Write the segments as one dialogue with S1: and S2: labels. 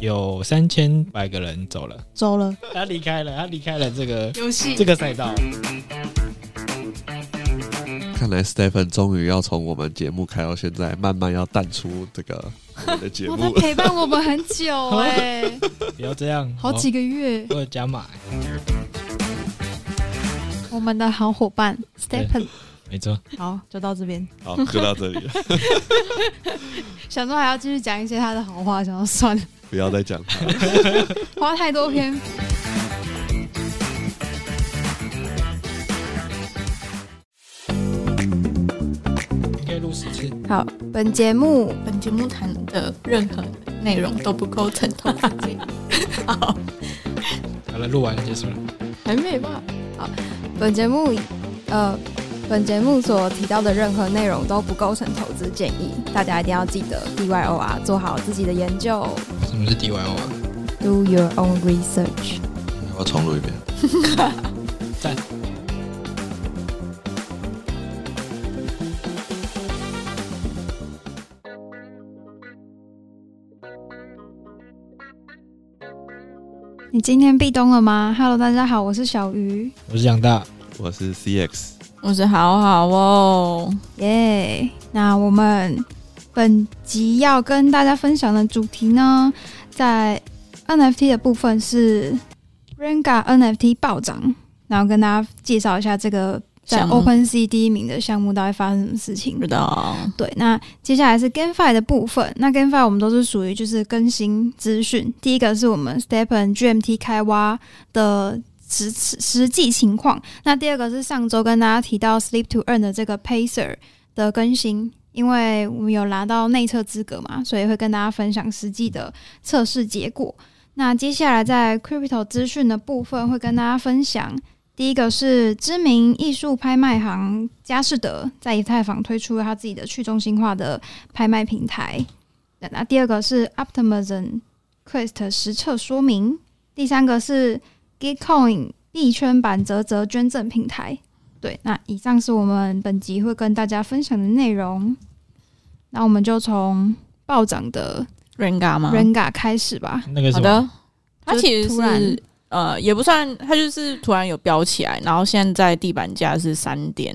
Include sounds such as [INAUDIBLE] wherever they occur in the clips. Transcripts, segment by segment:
S1: 有三千百个人走了，
S2: 走了，
S1: 他离开了，他离开了这
S3: [LAUGHS]
S1: 个
S2: 游戏
S1: 这个赛道。
S4: 看来 Stephen 终于要从我们节目开到现在，慢慢要淡出这个我们的节
S5: 哇，
S4: 目
S5: 他陪伴 [LAUGHS] 我们很久哎、
S1: 不要这样，哦
S5: 好几个月，
S1: 我有加码，
S5: 我们的好伙伴 Stephen。
S1: 没错，
S2: 好，就到这边。
S4: 好，就到这里了，
S5: 想说还要继续讲一些他的好话，想要算了， [LAUGHS]
S4: 不要再讲他了。
S5: 花太多篇幅。
S1: 应该录十次。
S6: 好，本节目
S3: 本节目谈的任何内容都不构成投资建议。好，
S1: 好了，录完了结束了。
S3: 还没吧？
S6: 本节目呃，本节目所提到的任何内容都不构成投资建议，大家一定要记得 D Y O R 做好自己的研究
S1: 什么是 DYO 啊？
S6: ，Do your own research。
S4: 我要重录一遍。
S1: 赞。
S5: 你今天壁咚了吗？Hello，大家好，我是小鱼。
S1: 我是杨大，
S4: 我是 CX，
S3: 我是好好哦，
S5: 耶那我们本集要跟大家分享的主题呢，在 NFT 的部分是 Renga NFT 暴涨，然后跟大家介绍一下这个在
S3: 项目
S5: OpenSea 第一名的项目到底发生什么事情
S3: 不。知道。
S5: 对，那接下来是 GameFi 的部分。那 GameFi 我们都是属于就是更新资讯。第一个是我们 Stepen GMT 开挖的实实际情况。那第二个是上周跟大家提到 Sleep to Earn 的这个 Pacer 的更新，因为我们有拿到内测资格嘛，所以会跟大家分享实际的测试结果。那接下来在 Crypto 资讯的部分会跟大家分享。第一个是知名艺术拍卖行佳士得在以太坊推出了他自己的去中心化的拍卖平台。那第二个是 Optimism Quest 实测说明。第三个是 Gitcoin 币圈版泽泽捐赠平台。对，那以上是我们本集会跟大家分享的内容。那我们就从暴涨的
S3: Renga 吗
S5: Renga 开始吧。
S1: 那个
S3: 好
S1: 什么，
S3: 的，啊它其实
S5: 突然
S3: 是呃，也不算，它就是突然有飙起来，然后现在地板价是三点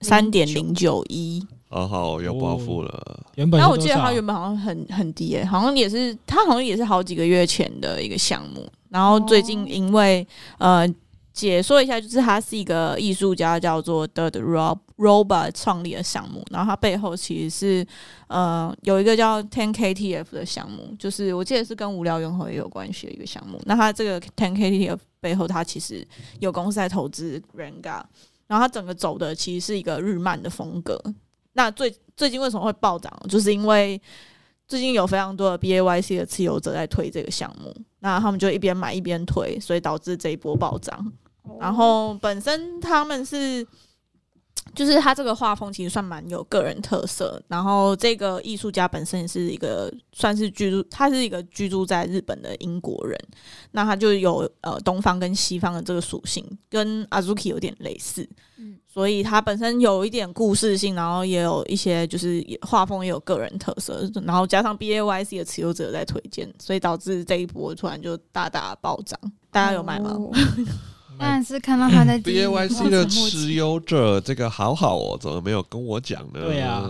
S3: 三点零九一。
S4: 好好又暴富了，
S1: 原本是
S3: 然后我记得
S1: 多少啊
S3: 它原本好像很很低耶、好像也是它好像也是好几个月前的一个项目。然后最近因为、呃解说一下，就是他是一个艺术家叫做 The Rob Robot 创立的项目，然后他背后其实是呃有一个叫 Ten KTF 的项目，就是我记得是跟无聊猿猴也有关系的一个项目。那他这个 Ten KTF 背后，他其实有公司在投资 Renga，然后它整个走的其实是一个日漫的风格。那最最近为什么会暴涨？就是因为最近有非常多的 BAYC 的持有者在推这个项目，那他们就一边买一边推，所以导致这一波暴涨。
S5: 哦
S3: 然后本身他们是，就是他这个画风其实算蛮有个人特色。然后这个艺术家本身也是一个算是居住，他是一个居住在日本的英国人，那他就有呃东方跟西方的这个属性，跟 Azuki 有点类似。所以它本身有一点故事性，然后也有一些就是画风也有个人特色，然后加上 B A Y C 的持有者在推荐，所以导致这一波突然就大大暴涨。大家有买吗？
S5: 哦？ [LAUGHS] 当然是看到他在第一
S4: B A
S5: 名
S4: Y C 的持有者，这个好好哦，怎么没有跟我讲呢？
S1: 对啊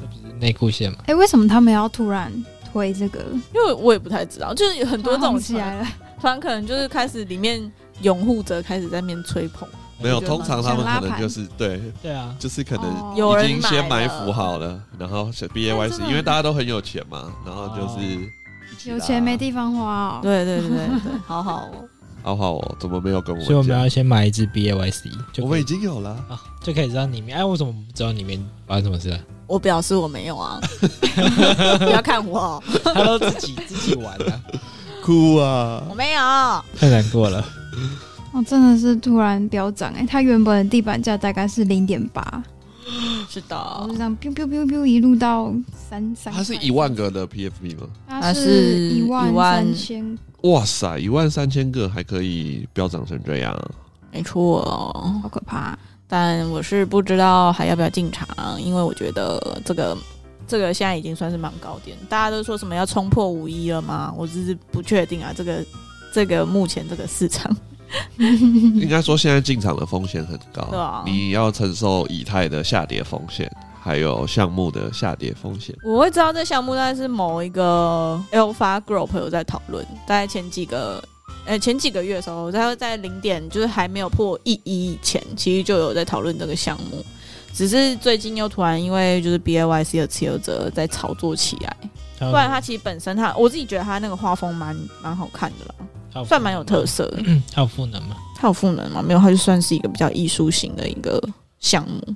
S1: 那不是内裤线嘛？
S5: 哎、为什么他们要突然推这个？
S3: 因为我也不太知道，就是有很多这种啊
S5: 红起来了，
S3: 突然可能就是开始里面拥护者开始在面吹捧，
S4: 没有，
S3: 我觉得
S4: 通
S3: 蛮
S4: 常他们
S5: 想拉
S4: 可能就是对，
S1: 对啊，
S4: 就是可能
S5: 哦
S3: 有
S4: 已
S3: 人
S4: 经先埋
S3: 买
S4: 伏
S3: 了
S4: 好了，然后小 B A Y
S5: 但
S4: C，
S5: 真的
S4: 因为大家都很有钱嘛，然后就是一起
S3: 啊
S5: 有
S4: 拉
S5: 钱没地方花哦。
S3: 对对对对对，好好哦，
S4: 好好哦，怎么没有跟
S1: 所以
S4: 我
S1: 我们要
S4: 讲？
S1: 先买一支 BAYC，就
S4: 我
S1: 可
S4: 们
S1: 以
S4: 已经有了，
S1: 啊，就可以知道里面。哎，为什么不知道里面发生什么事啊了？
S3: 我表示我没有啊，不要看我哦，
S1: 他都自己自己玩了，
S4: 哭啊
S3: 我！没有。
S1: [LAUGHS] 太难过了。
S5: 哦，真的是突然飙涨哎！它原本的地板价大概是零点八，
S3: 是
S5: 然后
S3: 的
S5: 就，这样 biu biu biu biu 一路到三三。
S4: 它是一，万个的 P F P 吗？
S5: 它
S3: 它
S5: 是
S3: 是
S5: 一万三千，
S4: 哇塞，一万三千个还可以飙涨成这样，
S3: 没错哦。
S5: 好可怕！
S3: 但我是不知道还要不要进场，因为我觉得这个这个现在已经算是蛮高点。大家都说什么要冲破五一了吗？我只是不确定啊，这个这个目前这个市场，
S4: 应该说现在进场的风险很高，
S3: 对啊
S4: 你要承受以太的下跌风险，还有项目的下跌风险。
S3: 我会知道这项目大概是某一个 Alpha Group 有在讨论，大概前几个。呃，前几个月的时候，他在零点就是还没有破一一以前，其实就有在讨论这个项目，只是最近又突然因为就是 B A Y C 的持有者在炒作起来，
S1: 不
S3: 不然它其实本身它，我自己觉得它那个画风蛮蛮好看的啦，算蛮有特色的。
S1: 它有赋能嘛？
S3: 它有赋能吗？没有，它就算是一个比较艺术型的一个项目。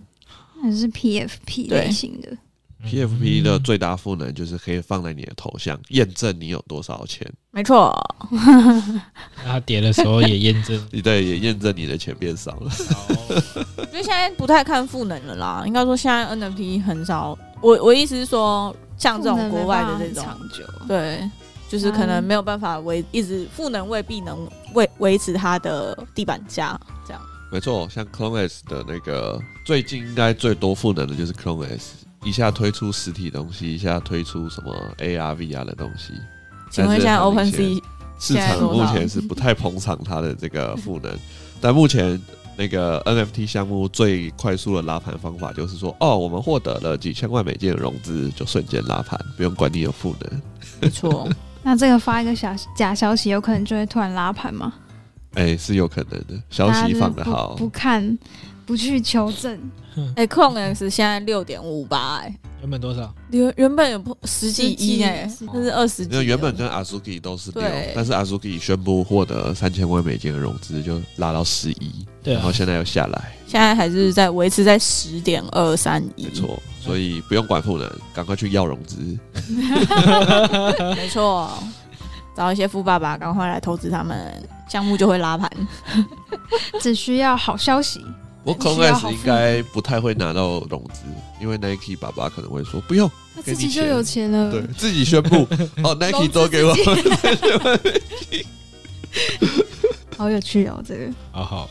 S5: 还是 PFP
S3: 对
S5: 类型的，
S1: 嗯
S4: PFP 的最大赋能就是可以放在你的头像，验证你有多少钱，
S3: 没错，
S1: 那它跌的时候也验证
S4: 你对也验证你的钱变少了。 [LAUGHS]
S3: 我觉得现在不太看赋能了啦。应该说现在 NFT 很少。我我意思是说，像这种国外的这种，
S5: 长久啊，
S3: 对，就是可能没有办法维一直赋能，未必能维维持它的地板价。这样
S4: 没错，像 Clone S 的那个最近应该最多赋能的就是 Clone S，一下推出实体东西，一下推出什么 AR、VR 啊的东西。
S3: 请问
S4: 但
S3: 现在
S4: 是很
S3: Open
S4: 明显市
S3: C
S4: 场目前是不太捧场它的这
S5: 嗯
S4: 个赋能，但目前那个 NFT 项目最快速的拉盘方法就是说，哦，我们获得了几千万美金的融资，就瞬间拉盘，不用管你有赋能。[LAUGHS]
S3: 没错，
S5: 那这个发一个假假消息，有可能就会突然拉盘嘛？
S4: 哎、是有可能的，消息放
S5: 大家
S4: 的
S5: 就
S4: 好
S5: 是不，不看不去求证，
S4: [LAUGHS]
S3: 哎、c l o n e X 现在六点五八，哎，
S1: 原本多少？
S3: 原原本有破十几亿哎、
S5: 十几
S3: 那是二十几
S4: 因
S3: 的。
S4: 为原本跟 Azuki 都是六
S3: 对，
S4: 但是 Azuki 宣布获得三千万美金的融资，就拉到十一，
S1: 对
S4: 然
S1: 啊
S4: 后，现在又下来，
S3: 现在还是在维持在十点二三一，
S4: 没，错，
S5: 嗯
S4: 所以不用管赋能，赶快去要融资。
S3: 没错。找一些富爸爸赶快来投资他们，项目就会拉盘。
S5: 只需要好消息。
S4: 我
S5: 需要
S4: Clone S
S5: 好
S4: 应该不太会拿到融资，因为 Nike 爸爸可能会说不用，
S6: 他自己就有钱了，
S4: 对自己宣 [LAUGHS] 布哦，Nike 都给我，
S5: 好有趣哦，这个
S1: 好好，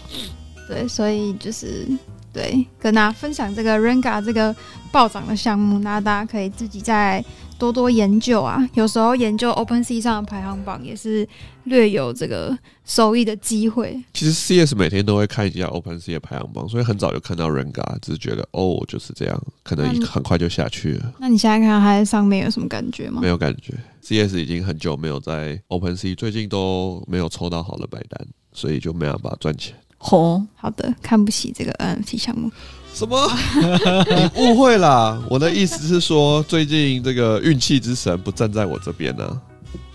S5: 对，所以就是对跟大家分享这个 Renga 这个暴涨的项目，那大家可以自己再多多研究啊。有时候研究 OpenSea 上的排行榜也是略有这个收益的机会。
S4: [LAUGHS] 其实 CS 每天都会看一下 OpenSea 的排行榜，所以很早就看到 Renga，只是觉得哦就是这样，可能
S5: 嗯
S4: 很快就下去了，
S5: 那你现在看它在上面有什么感觉吗
S4: 没？有感觉。CS 已经很久没有在 OpenSea，最近都没有抽到好的白单，所以就没办法赚钱。
S3: 红，
S5: 好的，看不起这个 NFT 项目。
S4: 什么？ [LAUGHS] 你误会啦！我的意思是说，最近这个运气之神不站在我这边呢、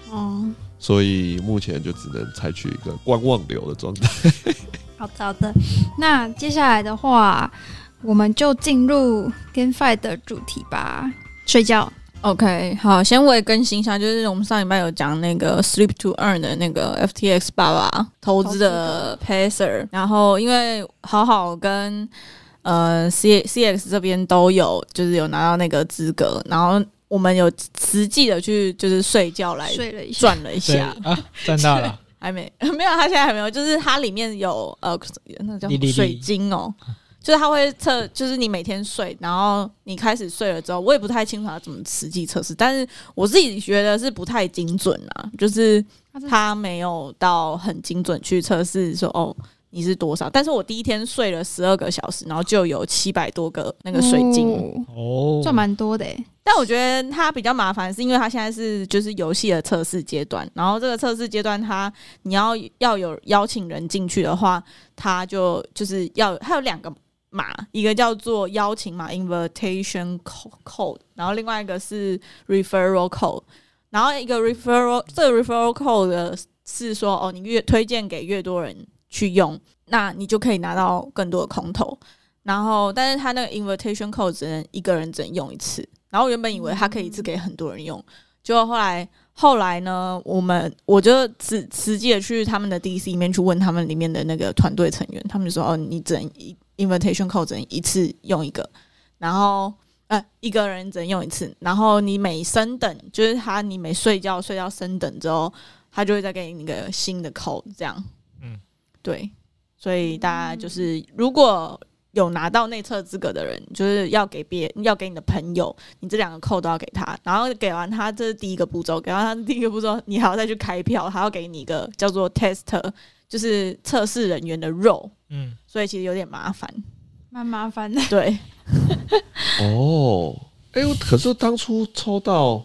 S4: 啊
S5: 哦，
S4: 所以目前就只能采取一个观望流的状态。
S5: 好的，好的。那接下来的话，我们就进入 GameFi 的主题吧。睡觉，
S3: OK，好，先我也更新一下，就是我们上礼拜有讲那个 Sleep to Earn 的那个 FTX 爸爸投资的 Pacer，然后因为好好跟呃 C CX 这边都有，就是有拿到那个资格，然后我们有实际的去就是睡觉来
S5: 睡了一下，
S3: 赚了一
S1: 对
S3: 下，
S1: 啊，赚到了，
S3: 还没 [LAUGHS] 没有，他现在还没有，就是它里面有呃那个叫
S1: 滴
S3: 什
S1: 滴
S3: 么
S1: 滴
S3: 水晶哦。就是它会测，就是你每天睡，然后你开始睡了之后，我也不太清楚它怎么实际测试，但是我自己觉得是不太精准啊，就是它没有到很精准去测试说哦你是多少，但是我第一天睡了十二个小时，然后就有七百多个那个水晶，
S5: 哦
S1: 哦，
S5: 赚蛮多的欸。
S3: 但我觉得它比较麻烦，是因为它现在是就是游戏的测试阶段，然后这个测试阶段它你要要有邀请人进去的话，它就就是要它有两个码，一个叫做邀请码 （invitation code），然后另外一个是 referral code，然后一个 referral 这个 referral code 的是说哦，你越推荐给越多人去用，那你就可以拿到更多的空投。然后，但是它那个 invitation code 只能一个人只能用一次。然后原本以为它可以一次给很多人用，结果后来后来呢，我们我就实实际的去他们的 DC 里面去问他们里面的那个团队成员，他们就说哦，你只能一 invitation code 只能一次用一个，然后呃一个人只能用一次，然后你每升等就是他你每睡觉睡到升等之后，他就会再给你一个新的 code 这样，嗯
S1: 嗯，
S3: 对，所以大家就是如果有拿到内测资格的人，就是要给别要给你的朋友，你这两个扣都要给他，然后给完他这是第一个步骤，给完他第一个步骤，你还要再去开票，还要给你一个叫做 tester，就是测试人员的 role，
S1: 嗯，
S3: 所以其实有点麻烦。
S5: 蛮麻烦的。
S3: 对，
S4: [LAUGHS] 哦，哎、我可是当初抽到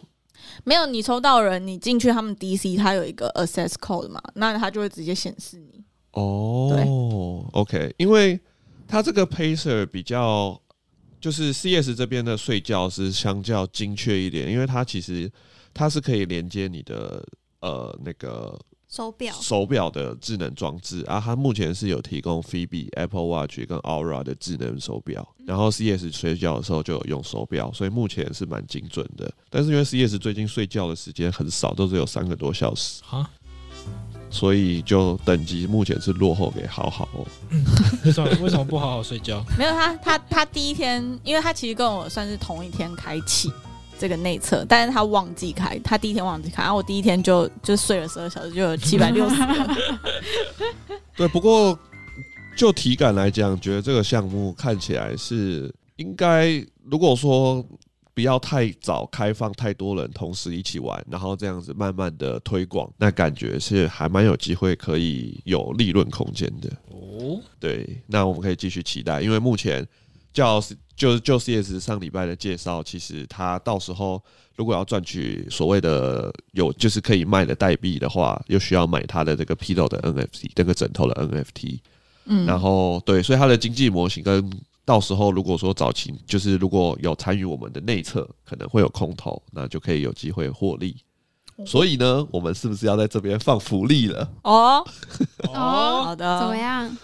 S3: 没有你抽到人，你进去他们 DC 他有一个 access code 嘛，那他就会直接显示你。
S4: 哦，OK，因为它这个 pacer 比较就是 CS 这边的睡觉是相较精确一点，因为它其实它是可以连接你的呃那个
S5: 手表
S4: 手表的智能装置啊，它目前是有提供 Phoebe、Apple Watch 跟 Aura 的智能手表，
S5: 嗯
S4: 然后 CS 睡觉的时候就有用手表，所以目前是蛮精准的。但是因为 CS 最近睡觉的时间很少，都只有三个多小时，
S1: 好，
S4: 所以就等级目前是落后给好好哦。
S1: 为什么为什么不好好睡觉？
S3: 没有他，他他第一天，因为他其实跟我算是同一天开启这个内测，但是他忘记开，他第一天忘记开，然后我第一天就就睡了十二小时，就有七百
S5: [LAUGHS]
S3: 六十。
S4: 对，不过就体感来讲，觉得这个项目看起来是应该，如果说不要太早开放太多人同时一起玩，然后这样子慢慢的推广，那感觉是还蛮有机会可以有利润空间的。
S1: 哦，
S4: 对，那我们可以继续期待，因为目前叫就就 CS 上礼拜的介绍，其实它到时候如果要赚取所谓的有就是可以卖的代币的话，又需要买它的这个披露的 NFT，这个枕头的 NFT。
S3: 嗯
S4: 然后对，所以它的经济模型跟到时候如果说早期就是如果有参与我们的内测，可能会有空投，那就可以有机会获利。所以呢，我们是不是要在这边放福利了？
S3: 哦，
S5: 哦
S3: 好的，
S5: 怎么样？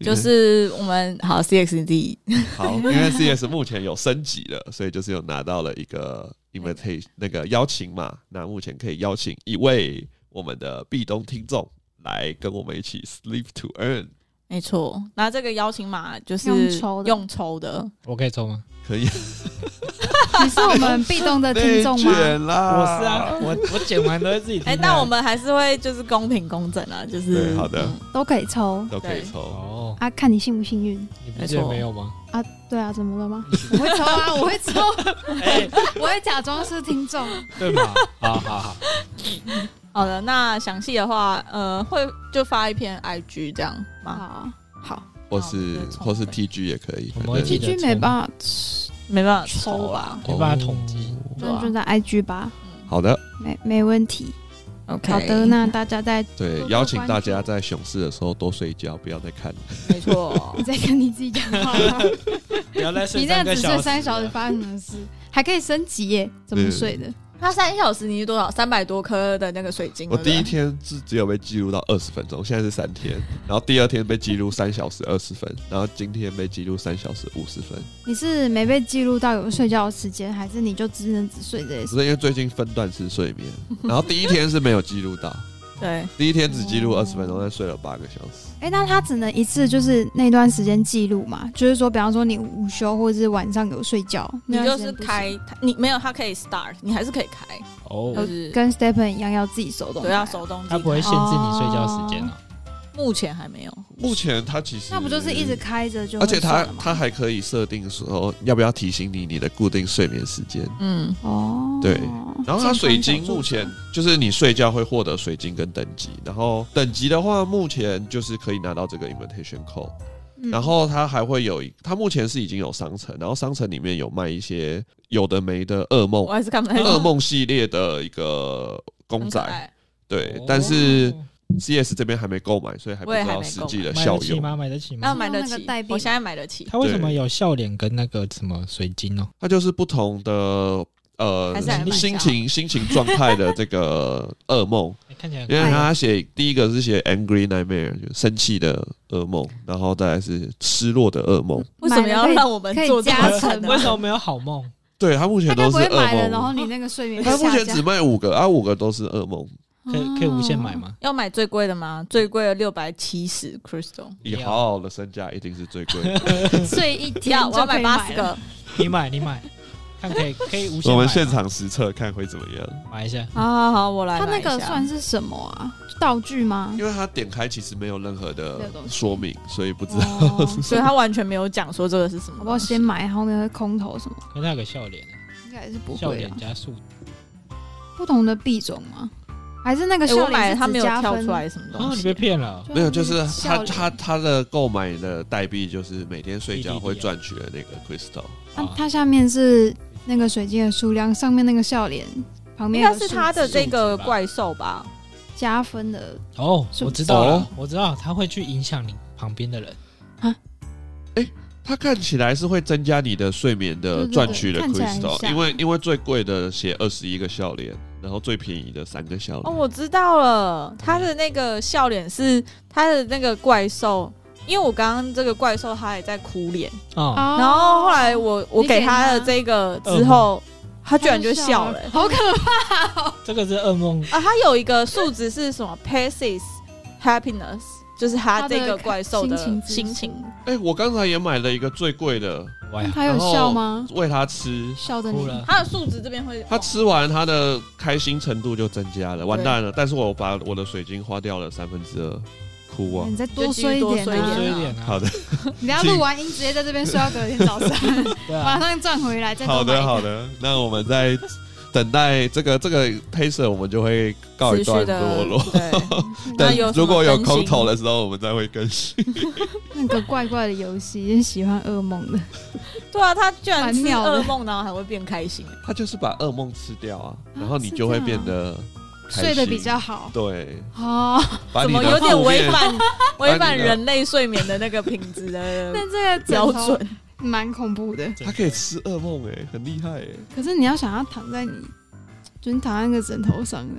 S3: 就是我们好 CXD
S4: 好，因为 CS 目前有升级了，所以就是有拿到了一个 invitation 那个邀请码。那目前可以邀请一位我们的壁咚听众来跟我们一起 sleep to earn，
S3: 没错，那这个邀请码就是
S5: 用抽的
S3: 用抽的，
S1: 我可以抽吗？
S4: 可以
S5: 你是我们壁咚的听众吗？
S4: 卷啦，
S1: 我是啊，，我我剪完都会自己听啊的。
S3: 哎、但我们还是会就是公平公正啊，就是
S4: 对好的
S3: 嗯
S5: 都可以抽
S4: 都可以
S3: 对
S4: 抽。
S1: 哦，
S5: 啊，看你幸不幸运
S1: 你不是没有吗？
S5: 啊？对啊，怎么了吗？我会抽啊，我会抽，
S1: 哎，
S5: [LAUGHS] 我会假装是听众。
S1: 对嘛？ [LAUGHS] 好好好，
S3: 好的，那详细的话，呃，会就发一篇 IG 这样吗？
S5: 好
S3: 好，
S4: 或是
S3: 好我就抽
S4: 或是 TG 也可以，
S1: 我
S4: 反
S1: 们会
S4: 正
S1: 记
S5: ，T
S1: 得
S5: G 没办法吃，
S3: 没办法
S5: 抽
S3: 抽啦
S4: 啊
S5: 啦。
S1: 没办法统计。
S3: 对
S5: 就
S3: 啊
S5: 就在 I G 吧，
S4: 哦好的，
S5: 没没问题。
S3: OK，
S5: 好的，那大家再
S4: 对
S5: 多，多
S4: 邀请大
S5: 关注，
S4: 家在熊市的时候多睡觉，不要再看了。
S3: 没错
S5: 再跟你自己讲话吧。
S1: 不要再 [LAUGHS] 睡
S5: 你这样
S1: 三个
S5: 只睡
S1: 小啊
S5: 三小时
S1: 了
S5: 发生什么事？还可以升级耶？怎么睡的？
S3: [LAUGHS] 他三小时你是多少？三百多颗的那个水晶。
S4: 我
S3: 对不对
S4: 第一天是只有被记录到二十分钟，现在是三天，然后第二天被记录三小时二十分，然后今天被记录三小时五十分，
S5: 你是没被记录到有睡觉的时间，还是你就只能只睡这些
S4: 只？是因为最近分段式睡眠，然后第一天是没有记录到，
S3: 对，
S4: 第一天只记录二十分钟，但睡了八个小时。
S5: 哎、那他只能一次，就是那段时间记录嘛，就是说，比方说你午休或者是晚上有睡觉，
S3: 你
S5: 那
S3: 就
S5: 段时
S3: 是
S5: 间不行
S3: 开，你没有，它可以 start，你还是可以开，就
S1: 哦，
S3: 是
S5: 跟 Stephen 一样要自己手动，
S3: 对要，手动。
S1: 它不会限制你睡觉时间啊。
S3: 目前还没有。
S4: 目前它其实
S5: 那不就是一直，开着就
S4: 而
S5: 会
S4: 且
S5: 睡
S4: 它
S5: 了吗？
S4: 它还可以设定说要不要提醒你你的固定睡眠时间。
S3: 嗯，
S5: 哦，
S4: 对然后它水
S5: 健
S4: 晶
S5: 康小助手
S4: 目前就是你睡觉会获得水晶跟等级，然后等级的话，目前就是可以拿到这个 invitation code。
S5: 嗯
S4: 然后它还会有一，它目前是已经有商城，然后商城里面有卖一些有的没的噩梦
S3: 我还是看不太
S4: 噩梦系列的一个公
S3: 很可
S4: 仔，
S3: 爱。
S1: 哦
S4: 对，但是 CS 这边还没购买，所以还不
S3: 我也
S4: 知
S3: 还
S4: 道
S3: 没
S4: 实
S3: 购
S4: 际的
S1: 买
S4: 效
S1: 得起
S4: 用。
S1: 吗？买得起
S3: 那
S1: 吗？
S3: 嗯买得
S5: 是用那
S3: 起
S5: 个代，币吗
S3: 我现在买得起。
S1: 它为什么有笑脸跟那个什么水晶哦？
S4: 它就是不同的呃
S3: 还是还蛮
S4: 心
S3: 像
S4: 情心情状态的这个噩
S1: [LAUGHS]
S4: 梦，
S1: 哎看起来很
S4: 因为
S1: 可爱
S4: 它写第一个是写 angry nightmare 就生气的噩梦，然后再来是失落的噩梦。
S3: 为什么要
S5: 买了可以
S3: 让我们
S5: 可以
S3: 做这
S5: 加
S3: 么
S5: 成啊
S3: 呢
S1: [LAUGHS] 为什么没有好梦？
S4: 对，它目前
S5: 他
S4: 都
S5: 该不
S4: 是
S5: 会买了，
S4: 噩
S5: 然后
S4: 梦。
S5: 你那个睡眠
S4: 它目前
S5: 下
S4: 只
S5: 降
S4: 卖五个啊，五个都是噩梦。
S1: 可以可以无限买？吗？
S3: 要买最贵的吗？最贵的六百七十 crystal，
S4: 以好
S5: [LAUGHS]
S4: 好的身价一定是最贵的。
S5: 睡一天 [LAUGHS]
S3: 要我要
S5: 就可以
S3: 八十
S5: 了，
S3: 个，
S1: 你买你买，看可以可以无限
S5: 啊
S4: 我
S1: 买
S4: 们
S1: 吗
S4: 现场实测看会怎么样？
S1: 买一下，
S3: 好好好，我来
S5: 它
S3: 拿
S5: 那
S3: 一下。
S5: 个算是什么啊？道具吗？
S4: 因为它点开其实没有任何
S5: 没
S4: 的
S5: 有东西
S4: 说明，所以不知道。
S5: 哦，
S3: 所以他完全没有讲说这个是什么
S5: 好不好？
S3: 东西。
S5: 先买，后面会空投什么？
S1: 可是它有个笑脸，
S5: 应该也是不
S1: 笑
S5: 会
S1: 脸
S5: 啊。
S1: 加速度，
S5: 不同的币种吗？还是那个
S3: 哎
S5: 笑
S3: 我
S5: 脸
S3: 买
S5: 是
S3: 了，他
S5: 只
S3: 没有
S5: 加
S3: 跳
S5: 分
S3: 出来什么东
S1: 啊，你
S3: 西
S1: 被。骗了哦，
S4: [LAUGHS] 没有，就是
S5: 笑
S4: 他
S5: 脸
S4: 他他的购买的代币就是每天睡觉
S1: DDD 啊
S4: 会赚取的那个 crystal，
S5: 它
S1: 啊
S5: 它下面是那个水晶的数量，上面那个笑脸旁
S3: 应
S5: 边
S3: 该
S5: 有
S3: 是
S5: 数
S3: 他的
S1: 字
S3: 这个
S1: 吧
S3: 怪兽吧？
S5: 加分的，
S1: 哦，
S5: 是
S1: 我知道了
S4: 哦，
S1: 我知道，它会去影响你旁边的人，
S4: 它看起来是会增加你的睡眠
S5: 对
S4: 的
S5: 对对
S4: 赚取的
S5: 看起来很
S4: crystal，
S5: 像
S4: 因为因为最贵的写二十一个笑脸，然后最便宜的三个笑
S3: 哦，
S4: 脸。
S3: 我知道了，他的那个笑脸是他的那个怪兽，因为我刚刚这个怪兽他也在哭脸，
S1: 啊，
S4: 哦
S5: 然
S3: 然后后来我
S5: 哦你
S3: 我
S5: 给
S3: 给他的
S5: 他
S3: 这个之后，他居然就笑了欸、
S5: 啊好可
S1: 这个是噩梦，
S3: 啊！他有一个数值是什么？Passes happiness，就是他这个怪兽的
S5: 心情指数
S3: 心情。
S4: 哎、我刚才也买了一个最贵的，
S1: 哇
S5: 怕，
S1: 呀，
S5: 他有笑吗？
S4: 喂它吃，
S5: 笑的
S1: 哭
S5: 你
S1: 了，
S3: 他的数值这边会，哦
S4: 它吃完它的开心程度就增加了，完蛋了！但是我把我的水晶花掉了三分之二，哭啊！
S3: 嗯
S5: 你再多睡一点
S3: 就继续
S1: 多
S3: 多睡
S1: 说一
S5: 啊！
S1: 点啊，
S4: 好的，
S5: 你等下录完音直接在这边睡到隔天早上，
S1: 对
S5: 马
S1: 啊，
S5: 上赚回来，再多
S4: 好
S5: 买一
S4: 的，
S5: 个
S4: 好的，那我们在等待这个这个配色，我们就会告一
S3: 持续
S4: 段
S3: 的
S4: 落落。
S3: 对，那
S5: 嗯
S4: 等
S3: 有什么
S4: 如果有
S3: 更新
S4: 空投的时候，我们再会更新。
S5: 那个怪怪的游戏，喜欢噩梦的，
S3: 对啊，他居然
S5: 蛮
S3: 吃
S5: 妙的
S3: 噩梦，然后还会变开心。
S4: 他就是把噩梦吃掉啊，
S5: 啊
S4: 然后你就会变得开
S5: 睡得
S4: 心
S5: 比较好
S4: 对，
S5: 哦。
S4: 把
S3: 啊怎
S4: 你
S3: 么
S4: 的
S3: 有点
S4: 负
S3: 违
S4: 面
S3: 反
S4: 把
S3: [LAUGHS] 违
S4: 你
S3: 反
S4: 的
S3: 人类睡眠的那个品
S5: [LAUGHS]
S3: 质的
S5: 但这个
S3: 标
S5: 枕头
S3: 准？
S5: 蛮恐怖的，
S4: 他可以吃噩梦哎、很厉害哎、
S5: 可是你要想要躺在你，就你躺在那个枕头上的，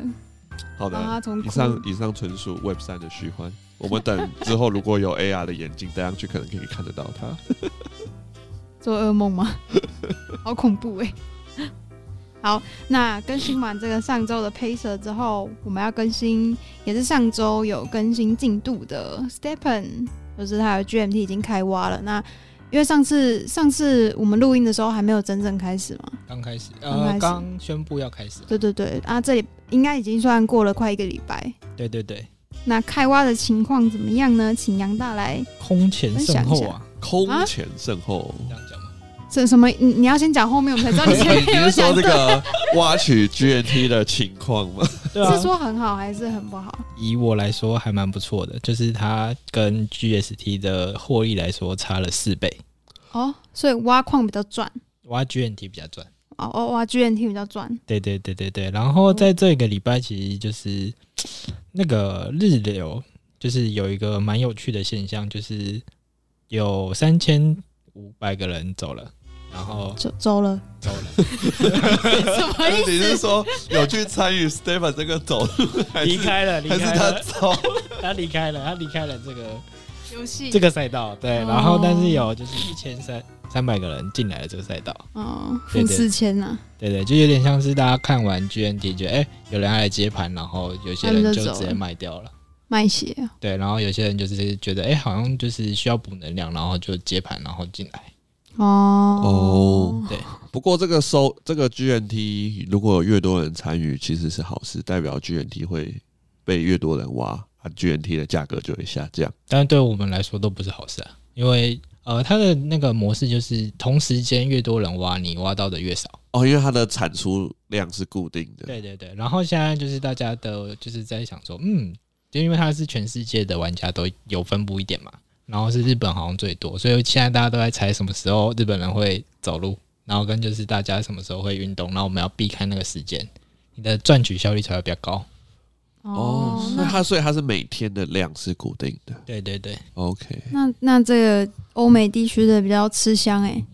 S4: 好的
S3: 啊
S5: 然后，他从
S4: 以
S5: 哭
S4: 上以上纯属 Web 三的虚幻。我们等之后如果有 AR 的眼镜戴上去，可能可以看得到它。
S5: 做噩梦吗？ [LAUGHS] 好恐怖哎、 [LAUGHS] 好，那更新完这个上周的 Pacer 之后，我们要更新，也是上周有更新进度的 Stepen，就是它的 GMT 已经开挖了。那因为上次上次我们录音的时候还没有真正开始嘛，
S1: 刚开始，
S5: 刚开
S1: 呃
S5: 始，
S1: 刚宣布要开始，
S5: 对对对，啊，这里应该已经算过了快一个礼拜。
S1: 对对对，
S5: 那开挖的情况怎么样呢？请杨大来，
S1: 空前
S5: 分享
S1: 胜
S5: 一
S1: 后
S5: 下
S1: 啊，
S4: 空
S5: 啊
S4: 前胜后。
S1: 这样讲吗？
S5: 这什么？你你要先讲后面，我们才知道你
S4: [LAUGHS] 你
S5: 前面有
S4: 是
S5: 讲
S4: 说
S5: 对
S4: 这个挖取 GNT 的情况 [LAUGHS] 吗？
S1: 对啊，
S5: 是说很好还是很不好？
S1: 以我来说还蛮不错的，就是它跟 GST 的获利来说差了四倍，
S5: 哦，所以挖矿比较赚，
S1: 挖 GNT 比较赚。
S5: 哦哦，挖 GNT 比较赚，
S1: 对对对对对，然后在这个礼拜其实就是那个日流，就是有一个蛮有趣的现象，就是有三千五百个人走了，然后
S5: 走走了，
S1: 走了。
S5: 什么意
S4: 你
S5: 思？
S4: 是说有去参与 Stephen 这个走路，还
S1: 离
S4: 是
S1: 开了，离
S4: 还是
S1: 开
S4: 他
S1: 了，
S4: 走？
S1: 他离开了，他离开了这个
S5: 游戏
S1: 这个赛道，对，
S5: 哦
S1: 然后但是有就是一千三三百个人进来了这个赛道，
S5: 哦，
S1: 对
S5: 负
S1: 对
S5: 四千呐，
S1: 对对，就有点像是大家看完 GNT 觉得，哎、有人要来接盘，然后有些人
S5: 他们就
S1: 就
S5: 走了
S1: 直接卖掉了，
S5: 卖血啊，
S1: 对，然后有些人就是觉得，哎、好像就是需要补能量，然后就接盘，然后进来，
S5: 哦
S1: 对，
S4: 不过这个收这个 GNT 如果有越多人参与，其实是好事，代表 GNT 会被越多人挖，啊，GNT 的价格就会下降。
S1: 但对我们来说都不是好事啊，因为呃，它的那个模式就是同时间越多人挖，你挖到的越少。
S4: 哦，因为它的产出量是固定的。
S1: 对对对，然后现在就是大家的就是在想说，嗯，就因为它是全世界的玩家都有分布一点嘛，然后是日本好像最多，所以现在大家都在猜什么时候日本人会走路，然后跟就是大家什么时候会运动，然后我们要避开那个时间，你的赚取效率才会比较高。
S4: 哦，
S5: 哦，
S4: 那
S5: 那
S4: 它所以它是每天的量是固定的。
S1: 对对对，
S4: OK，
S5: 那那这个欧美地区的比较吃香哎，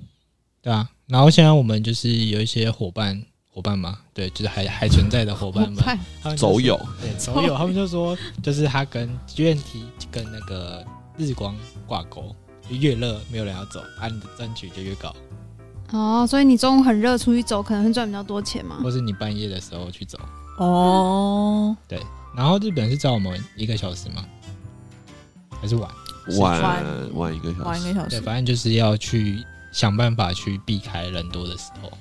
S1: 对啊。然后现在我们就是有一些伙伴伙伴嘛，对，就是还还存在的伙伴们，
S5: 快
S1: 他们就
S4: 走
S1: 说
S4: 友
S1: 对，手友他们就说，就是他跟 GNT 跟那个日光挂钩，就越热没有人要走，啊，你的赚取就越高，
S5: 哦，所以你中午很热出去走，可能会赚比较多钱嘛
S1: 或，是你半夜的时候去走。
S3: 哦，
S1: 然后日本是找我们一个小时吗？还是晚？
S4: 玩
S3: 玩
S4: 玩一个小
S3: 玩一
S4: [LAUGHS] 时，
S3: 个小
S1: 对，
S3: 时，
S1: 反正就是要去想办法去避开人多的时候。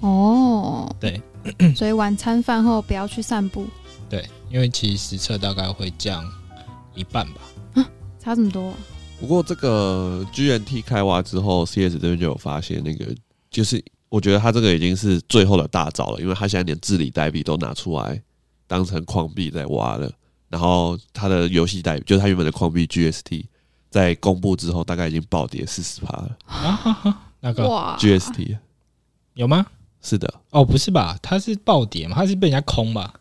S5: 哦，
S1: 对，
S5: [CLEARS THROAT] 所以晚餐饭后不要去散步，
S1: 对，因为其实实测大概会降一半吧。
S5: 差这么多啊、
S4: 不过这个 GNT 开挖之后，CS 这边就有发现，那个就是我觉得他这个已经是最后的大招了，因为他现在连治理代币都拿出来当成矿币在挖了，然后他的游戏代币就是他原本的矿币 GST，在公布之后大概已经暴跌四十趴了
S1: 啊哈哈，那个
S4: 啊
S5: 哇，
S4: ，GST
S1: 有吗？
S4: 是的，
S1: 哦，不是吧？它是暴跌嘛？它是被人家空吧？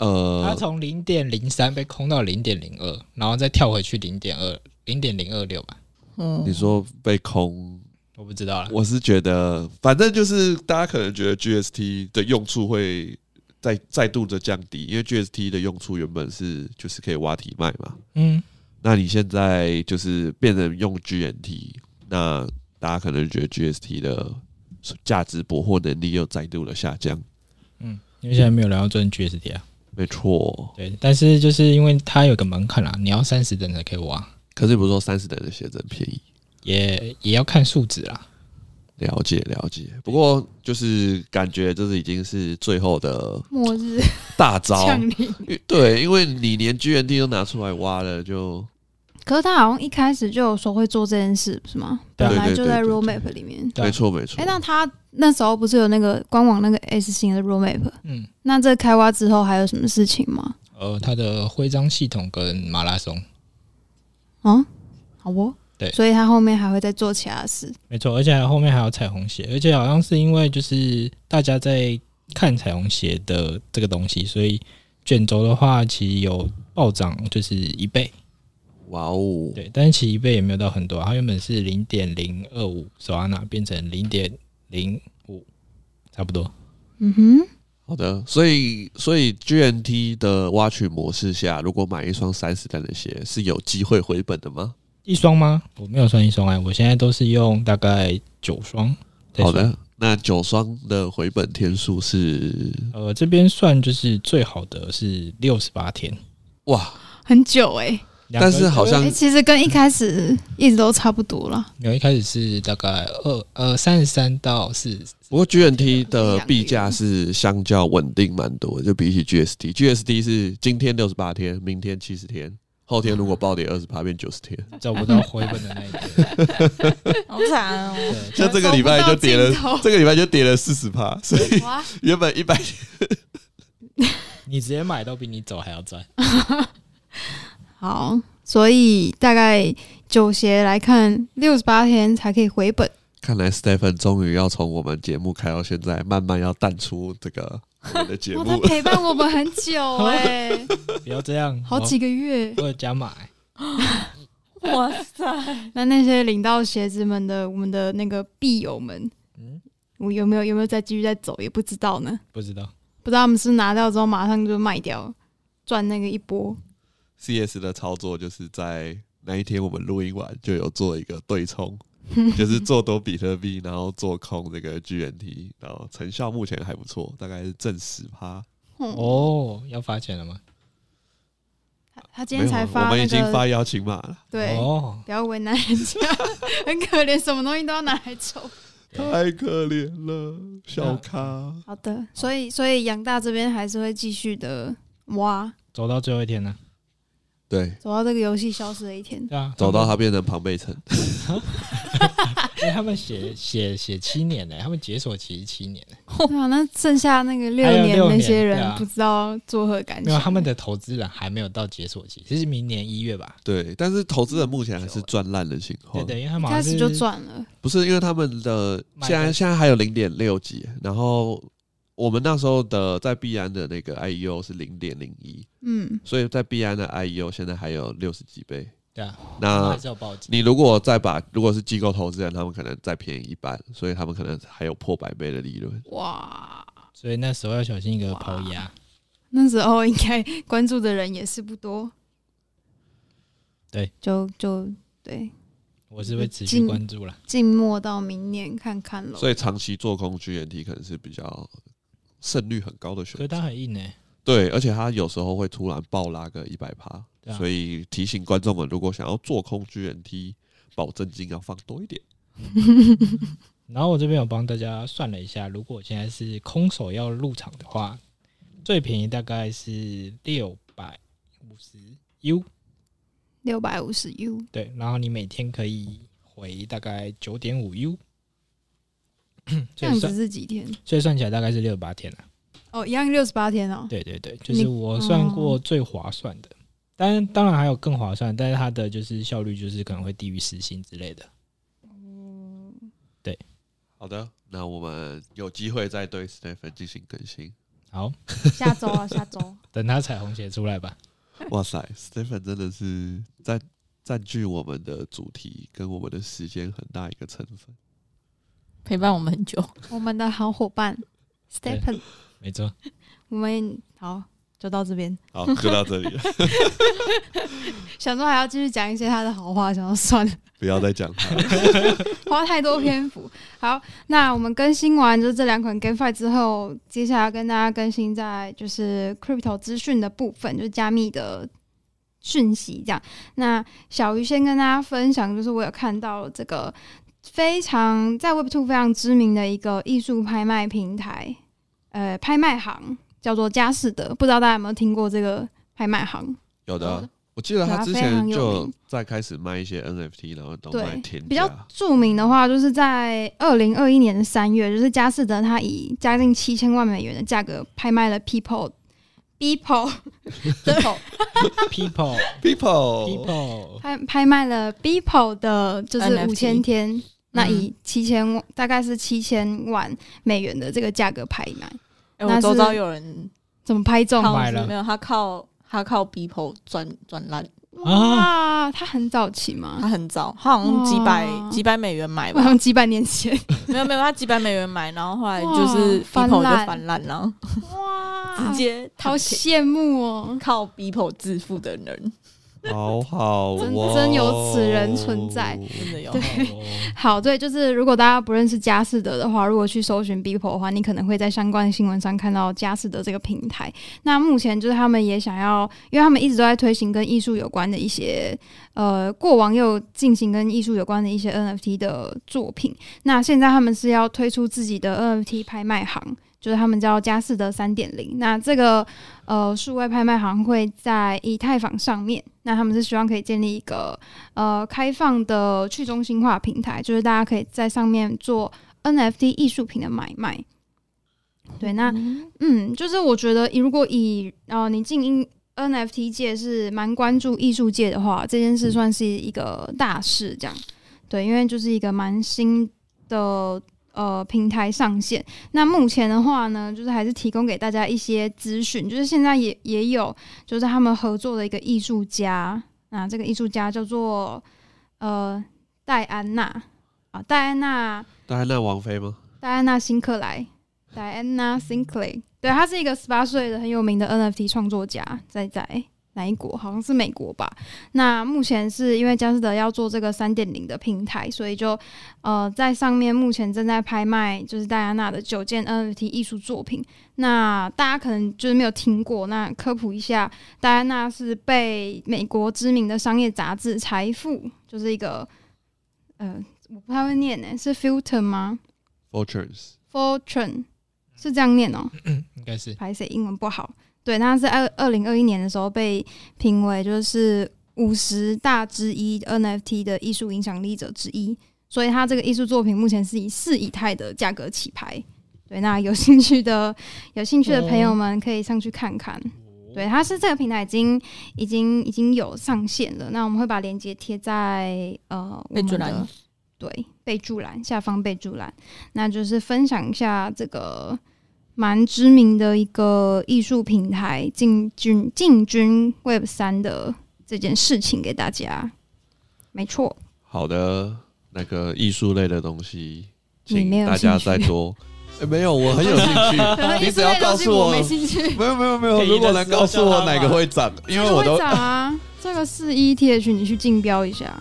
S1: 它
S4: 呃，
S1: 从零点零三被空到零点零二，然后再跳回去零点二零点零二六吧？
S3: 嗯
S4: 你说被空
S1: 我不知道了。
S4: 我是觉得，反正就是大家可能觉得 GST 的用处会再再度的降低，因为 GST 的用处原本是就是可以挖体卖嘛。
S1: 嗯，
S4: 那你现在就是变成用 GNT，那大家可能觉得 GST 的价值捕获能力又再度的下降。
S1: 因为现在没有聊到最近 GST 啊。
S4: 没错，
S1: 对，但是就是因为它有个门槛啦，你要三十等才可以挖，
S4: 可是你不是说三十等的写真便宜？
S1: 也也要看数值啦。
S4: 了解了解，不过就是感觉这是已经是最后的
S5: 末日
S4: 大招，
S5: 降临。
S4: 因为对，因为你连 GNT 都拿出来挖了，就
S5: 可是他好像一开始就有说会做这件事，是吗？
S1: 对
S5: 本来
S4: 对
S5: 就
S4: 对
S5: 在
S4: 对
S5: roadmap 里面。
S1: 对啊
S4: 没错没错。
S5: 哎、那他那时候不是有那个官网那个 S 型的 roadmap？
S1: 嗯，
S5: 那这开挖之后还有什么事情吗？
S1: 呃，它的徽章系统跟马拉松，
S5: 啊，好哦。
S1: 对
S5: 所以他后面还会再做其他事。
S1: 没错，而且还后面还有彩虹鞋，而且好像是因为就是大家在看彩虹鞋的这个东西，所以卷轴的话其实有暴涨，就是一倍。
S4: 哇哦，
S1: 对，但是其实一倍也没有到很多啊，它原本是零点零二五手安娜变成零点零五，差不多。
S5: 嗯哼，
S4: 好的，所以所以 GNT 的挖取模式下，如果买一双三十单的鞋，是有机会回本的吗？
S1: 一双吗？我没有算一双哎、我现在都是用大概九双。
S4: 好，的，那九双的回本天数是
S1: 呃，这边算就是最好的是六十八天，
S4: 哇，
S5: 很久哎、
S1: 两个
S4: 但是好
S5: 哎、
S4: 像
S5: 其实跟一开始一直都差不多了。
S1: 没有一开始是大概二呃三十三到四
S4: 不过 GNT 的币价是相较稳定蛮多的，就比起 GST，GST 是今天六十八天，明天七十天，后天如果暴跌二十八变九
S5: [LAUGHS]
S4: 十天，
S1: 找不到回本的那一天。
S3: [LAUGHS] 好惨哦！
S1: 对，
S4: 像这个礼拜就跌
S5: 收
S4: 了
S5: 不到尽头，
S4: 这个礼拜就跌了四十趴，所以
S5: 哇，
S4: 原本一百
S1: 你直接买都比你走还要赚。
S5: 好，所以大概九鞋来看，六十八天才可以回本。
S4: 看来 Stephen 终于要从我们节目开到现在，慢慢要淡出这
S5: [LAUGHS]
S4: 个我们的节
S5: 哇，
S4: 目
S5: 他
S4: [LAUGHS] 了。
S5: 陪伴我们很久哎、
S1: 不要这样，
S5: 好几个月。
S1: 我有加码、欸，
S3: 哇塞，
S5: 那那些领到鞋子们的，我们的那个币友们，
S1: 嗯，
S5: 我有没有有没有再继续再走，也不知道呢。
S1: 不知道。
S5: 不知道他们是不是拿到之后马上就卖掉，赚那个一波。
S4: CS 的操作就是在那一天我们录音完就有做一个对冲，
S5: [LAUGHS]
S4: 就是做多比特币，然后做空这个 GNT，然后成效目前还不错，大概是正十趴。
S5: 哦，
S1: 哦，要发钱了吗？
S5: 他他今天才
S4: 没有啊
S5: 发
S4: 我们
S5: 那
S4: 已经
S5: 个，
S4: 发邀请码了，
S5: 对，
S1: 哦，
S5: 不要为难人家， [LAUGHS] 很可怜，什么东西都要拿来抽。
S4: 太可怜了，小咖。
S5: 好的，所以所以杨大这边还是会继续的挖，
S1: 走到最后一天呢、
S4: 对，
S5: 走到这个游戏消失的一天。
S1: 对啊，
S4: 走到他变成庞贝城，
S1: 哎、他们写写写七年呢、他们解锁期七年、欸，
S5: 对啊，那剩下那个六
S1: 还有
S5: 年
S1: 六
S5: 那
S1: 年
S5: 些
S1: 对
S5: 人
S1: 啊
S5: 不知道作何感
S1: 没有
S5: 想。
S1: 他们的投资人还没有到解锁期，是明年一月吧？
S4: 对，但是投资人目前还是赚烂的情
S1: 对
S4: 况。
S1: 对，因为他
S5: 一
S1: 们好
S5: 开
S1: 像
S5: 始
S1: 是
S5: 就赚了，
S4: 不是因为他们的
S1: 买
S4: 现
S1: 的
S4: 在现在还有零点六几，然后我们那时候的在币安的那个 IEO 是零点零一，
S5: 嗯，
S4: 所以在币安的 IEO 现在还有六十几倍。
S1: 对啊，他们
S4: 那
S1: 还是要报警。
S4: 你如果再把如果是机构投资人，他们可能再便宜一半，所以他们可能还有破百倍的利润。
S5: 哇，
S1: 所以那时候要小心一个抛压。
S5: 那时候应该关注的人也是不多。
S1: 对，
S5: 就就对，
S1: 我是会持续
S5: 进
S1: 关注啦。
S5: 静默到明年看看喽。
S4: 所以长期做空 GNT 可能是比较胜率很高的
S1: 可是
S4: 选
S1: 它
S4: 择。
S1: 很硬呢、
S4: 对，而且它有时候会突然暴拉个一百趴，
S1: 对啊
S4: 所以提醒观众们，如果想要做空 GNT，保证金要放多一点。
S1: 然后我这边有帮大家算了一下，如果我现在是空手要入场的话，最便宜大概是六百五十 U，
S5: 六百五十 U，
S1: 对，然后你每天可以回大概九点五 U， [COUGHS] 所
S5: 这样
S1: 以
S5: 子
S1: 算
S5: 是几天？
S1: 所以算起来大概是六十八天了。
S5: 哦，一样六十八天哦。
S1: 对对对，就是我算过最划算的，当然当然还有更划算，但是它的就是效率就是可能会低于时薪之类的。
S3: 嗯
S4: 好的，那我们有机会再对 Stephen 进行更新。
S1: 好，
S6: 下周啊，下周。
S1: 等它彩虹鞋出来吧。
S4: 哇塞，Stephen 真的是占占据我们的主题跟我们的时间很大一个成分。
S3: 陪伴我们很久。
S5: [LAUGHS] 我们的好伙伴 Stephen，
S1: 没
S5: [LAUGHS]
S1: 错，
S5: 我们好就到这边。
S4: 好，就到这里了，
S5: 想说还要继续讲一些他的好话，想要算了，
S4: [LAUGHS] 不要再讲它了。
S5: [LAUGHS] 花太多篇幅。好，那我们更新完就是这两款 GameFi 之后，接下来跟大家更新在就是 Crypto 资讯的部分，就是加密的讯息这样。那小鱼先跟大家分享，就是我有看到这个非常在 Web Two 非常知名的一个艺术拍卖平台，呃，拍卖行叫做佳士得，不知道大家有没有听过这个拍卖行？
S4: [LAUGHS] 有
S5: 有
S4: 的
S5: 的，
S4: 我记得
S5: 对
S4: 他
S5: 啊
S4: 之
S5: 非
S4: 前
S5: 常有
S4: 就
S5: 名
S4: 在开始卖一些 NFT，然后都
S5: 对
S4: 卖天
S5: 比较
S4: 价。
S5: 著名的话，就是在二零二一年的三月，就是佳士得它以将近七千万美元的价格拍卖了 People
S4: 哦
S5: People
S1: people
S4: People，
S1: people
S5: 拍拍卖了 People 的，就是五
S3: NFT
S5: 千
S4: 嗯
S5: 天， [LAUGHS] 那
S3: 嗯
S5: 以七千大概是七千万美元的这个价格拍卖，那
S3: 哎、我
S5: 是
S3: 周遭有人
S5: 怎么拍中？
S1: 好买了
S3: 没有？他靠他靠 people 转转烂，
S5: 哇，它很早期
S3: 他
S5: 嘛，
S3: 很早，他好像几百
S5: 啊哇
S3: 几百美元买
S5: 我 [LAUGHS]
S3: 吧
S5: 好，像几百年前，
S3: 没有没有，他几百美元买，然后后来就是
S5: 哇翻
S3: people 就
S5: 烂
S3: 翻烂了，
S5: 哇
S3: 直接
S5: 好羡慕哦，
S3: 靠 people 致富的人，
S4: 好好
S5: 真
S4: 哦，
S5: 真有此人存在
S3: 真的有。
S5: 好，对，就是如果大家不认识佳士得的话，如果去搜寻 Beeple 的话，你可能会在相关的新闻上看到佳士得这个平台。那目前就是他们也想要，因为他们一直都在推行跟艺术有关的一些，呃，过往又进行跟艺术有关的一些 NFT 的作品。那现在他们是要推出自己的 NFT 拍卖行。就是他们叫佳士得三点零，那这个呃数位拍卖行会在以太坊上面，那他们是希望可以建立一个呃开放的去中心化平台，就是大家可以在上面做 NFT 艺术品的买卖。对，那嗯，就是我觉得以，如果以呃你进英 NFT 界是蛮关注艺术界的话，这件事算是一个大事，这样对，因为就是一个蛮新的呃平台上线。那目前的话呢，就是还是提供给大家一些资讯，就是现在也也有就是他们合作的一个艺术家，那这个艺术家叫做呃戴安娜啊，戴安娜。
S4: 戴安娜王妃吗？
S5: 戴安娜·辛克莱 （Diana Sinclair），对，她是一个十八岁的很有名的 NFT 创作家，在在哪一国？好像是美国吧。那目前是因为佳士得要做这个三点零的平台，所以就呃在上面目前正在拍卖就是戴安娜的九件 NFT 艺术作品。那大家可能就是没有听过，那科普一下，戴安娜是被美国知名的商业杂志《财富》就是一个呃。我不太会念呢、是 Filter 吗？
S4: Fortunes，
S5: Fortune 是这样念哦，
S1: 应该是
S5: 拍谁英文不好？对，那是二二零二一年的时候被评为就是五十大之一 NFT 的艺术影响力者之一，所以他这个艺术作品目前是以四以太的价格起拍。对，那有兴趣
S3: 哦
S5: 的有兴趣的朋友们可以上去看看。对，它是这个平台已经已经已经有上线了，那我们会把链接贴在呃
S3: 备注栏
S5: 我们的对备注栏下方备注栏，那就是分享一下这个蛮知名的一个艺术平台进军进军 Web 三的这件事情给大家。没错，
S4: 好的，那个艺术类的东西，
S5: 你
S4: 请
S5: 没有
S4: 大
S5: 兴
S4: 家
S5: 趣
S4: 再 [LAUGHS] 多。诶哎没有，我很有兴
S5: [LAUGHS]
S4: 趣。 [LAUGHS] 你只要告诉
S5: 我
S4: 我，
S5: 没兴趣。
S4: 没有没有没有，
S1: 便宜的
S4: 如果能告诉我哪个会涨， [LAUGHS] 因为我都
S5: 会涨啊，这个四一 TH 你去竞标一下，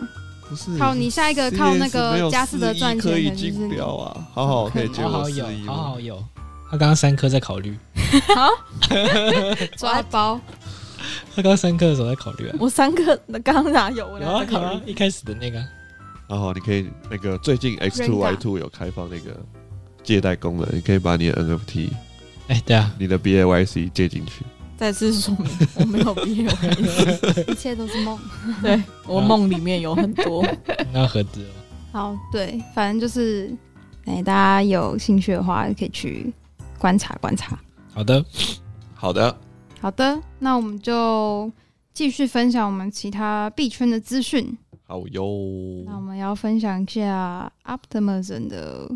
S4: 不是
S5: 靠你下一个靠那个
S4: 没有
S5: 佳士得赚钱
S4: 可以
S5: 的就是
S4: 竞标啊，好好可以借
S1: 好
S4: 我
S1: 好
S4: 四
S1: 有，
S4: 亿
S1: 好
S4: 吗
S1: 好？有。他刚刚三颗在考虑，
S5: [LAUGHS] 抓包。
S1: 他刚刚三颗的时候在考虑啊，
S3: 我三个，那刚刚哪有？
S1: 有
S3: 我哪
S1: 啊有
S3: 在考
S1: 啊
S3: 虑？，
S1: 一开始的那个啊
S4: 然后你可以那个最近 X Two Y
S5: Renga
S4: Two 有开放那个借贷功能，你可以把你的 NFT、
S1: 哎、对啊，
S4: 你的 BAYC 借进去。
S3: 再次说明，我没有毕业， [LAUGHS]
S4: 啊
S6: 一切都是梦。
S3: 对我梦里面有很多。
S1: 那要合资了。
S5: [LAUGHS] 好，对，反正就是，哎、大家有兴趣的话可以去观察观察。
S1: 好的，
S4: 好的，
S5: 好的，那我们就继续分享我们其他币圈的资讯。
S4: 好哟
S5: 那我们要分享一下 Optimism 的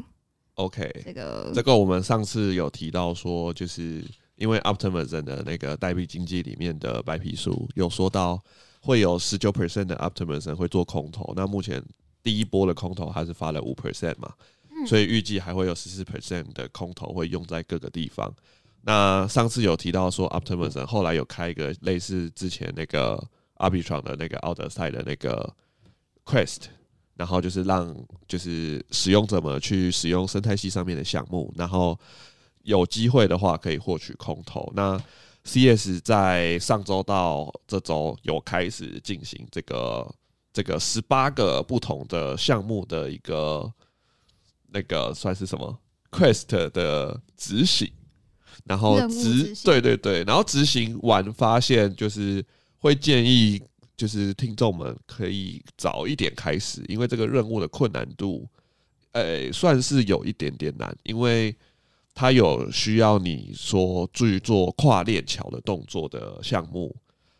S4: ，OK。
S5: 这个
S4: 这个我们上次有提到说，就是因为 Optimism 的那个代币经济里面的白皮书有说到，会有十九 percent 的 Optimism 会做空头。那目前第一波的空头还是发了五 percent 嘛，所以预计还会有十四 percent 的空头会用在各个地方。那上次有提到说，Optimism 后来有开一个类似之前那个 Arbitron 的那个奥德赛的那个 Quest，然后就是让就是使用者们去使用生态系上面的项目，然后有机会的话可以获取空投。那 CS 在上周到这周有开始进行这个这个十八个不同的项目的一个那个算是什么 quest 的执行，然后
S5: 任务
S4: 执
S5: 执行
S4: 对对对，然后执行完发现就是会建议就是听众们可以早一点开始，因为这个任务的困难度，呃、算是有一点点难，因为它有需要你说去做跨链桥的动作的项目，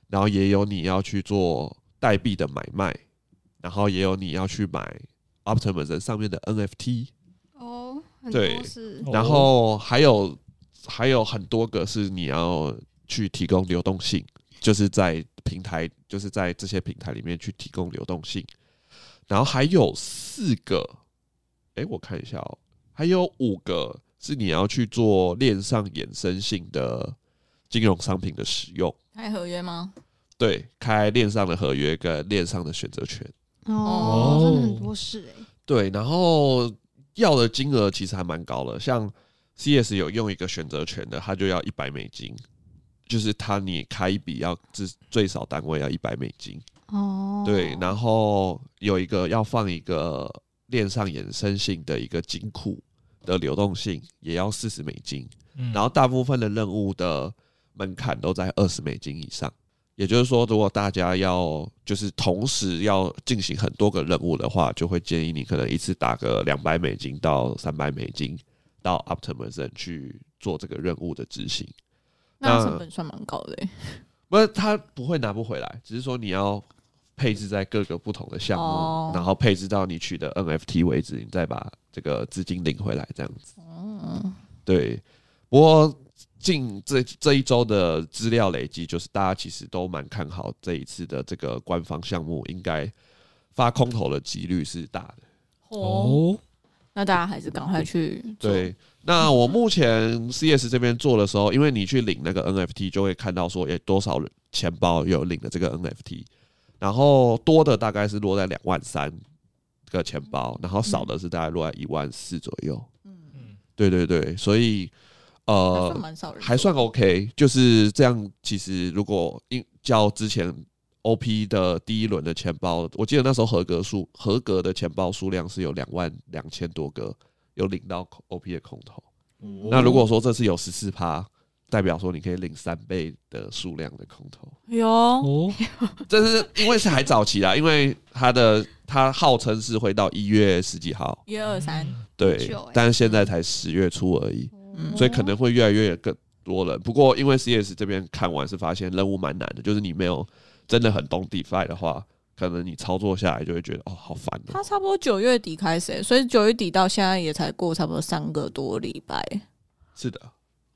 S4: 然后也有你要去做代币的买卖，然后也有你要去买 Optimism 上面的 NFT，
S5: 哦，很
S4: 对
S5: 多是
S1: 哦
S4: 然后还有还有很多个是你要去提供流动性，就是在平台，就是在这些平台里面去提供流动性。然后还有四个，哎，我看一下哦，还有五个是你要去做链上衍生性的金融商品的使用，
S3: 开合约吗？
S4: 对，开链上的合约跟链上的选择权。
S5: 哦，真的很
S1: 哦
S5: 多事
S3: 欸
S5: 哎、
S4: 对，然后要的金额其实还蛮高的，像 CS 有用一个选择权的，它就要一百美金，就是它你开一笔要至最少单位要一百美金，
S5: 哦，
S4: 对，然后有一个要放一个链上衍生性的一个金库的流动性也要四十美金，
S1: 嗯，
S4: 然后大部分的任务的门槛都在二十美金以上。也就是说，如果大家要就是同时要进行很多个任务的话，就会建议你可能一次打个两百美金到三百美金到 Optimism 去做这个任务的执行。
S3: 那
S4: 那
S3: 成本算蛮高的欸、
S4: 不是，它不会拿不回来，只是说你要配置在各个不同的项目，
S3: 哦
S4: 然后配置到你取得 NFT 为止，你再把这个资金领回来，这样子。
S3: 哦
S4: 对。不过近这这一周的资料累积，就是大家其实都蛮看好这一次的这个官方项目，应该发空头的几率是大的。
S3: 哦，
S1: 哦，
S3: 那大家还是赶快去做。
S4: 对，那我目前 CS 这边做的时候，因为你去领那个 NFT，就会看到说，诶、多少人钱包有领了这个 NFT，然后多的大概是落在两万三个钱包，然后少的是大概落在一万四左右。
S1: 嗯，
S4: 对对对，所以
S3: 还
S4: 呃
S3: 算，蛮少人做，
S4: 还算 OK，就是这样。其实如果因较之前 OP 的第一轮的钱包，我记得那时候合格数合格的钱包数量是有两万两千多个，有领到 OP 的空投。
S1: 哦
S4: 那如果说这次有十四趴，代表说你可以领三倍的数量的空投。
S3: 有
S1: 哦，
S4: 这是因为是还早期啦，因 [LAUGHS] 为它的它号称是会到一月十几号，
S3: 一二三，
S1: 嗯
S4: 对
S5: 很久欸，
S4: 但是现在才十月初而已。
S5: 哦
S3: 嗯
S4: 所以可能会越来越更多人。不过因为 CS 这边看完是发现任务蛮难的，就是你没有真的很懂 DeFi 的话，可能你操作下来就会觉得哦好烦哦、
S3: 他差不多九月底开始欸、所以九月底到现在也才过差不多三个多礼拜，
S4: 是的，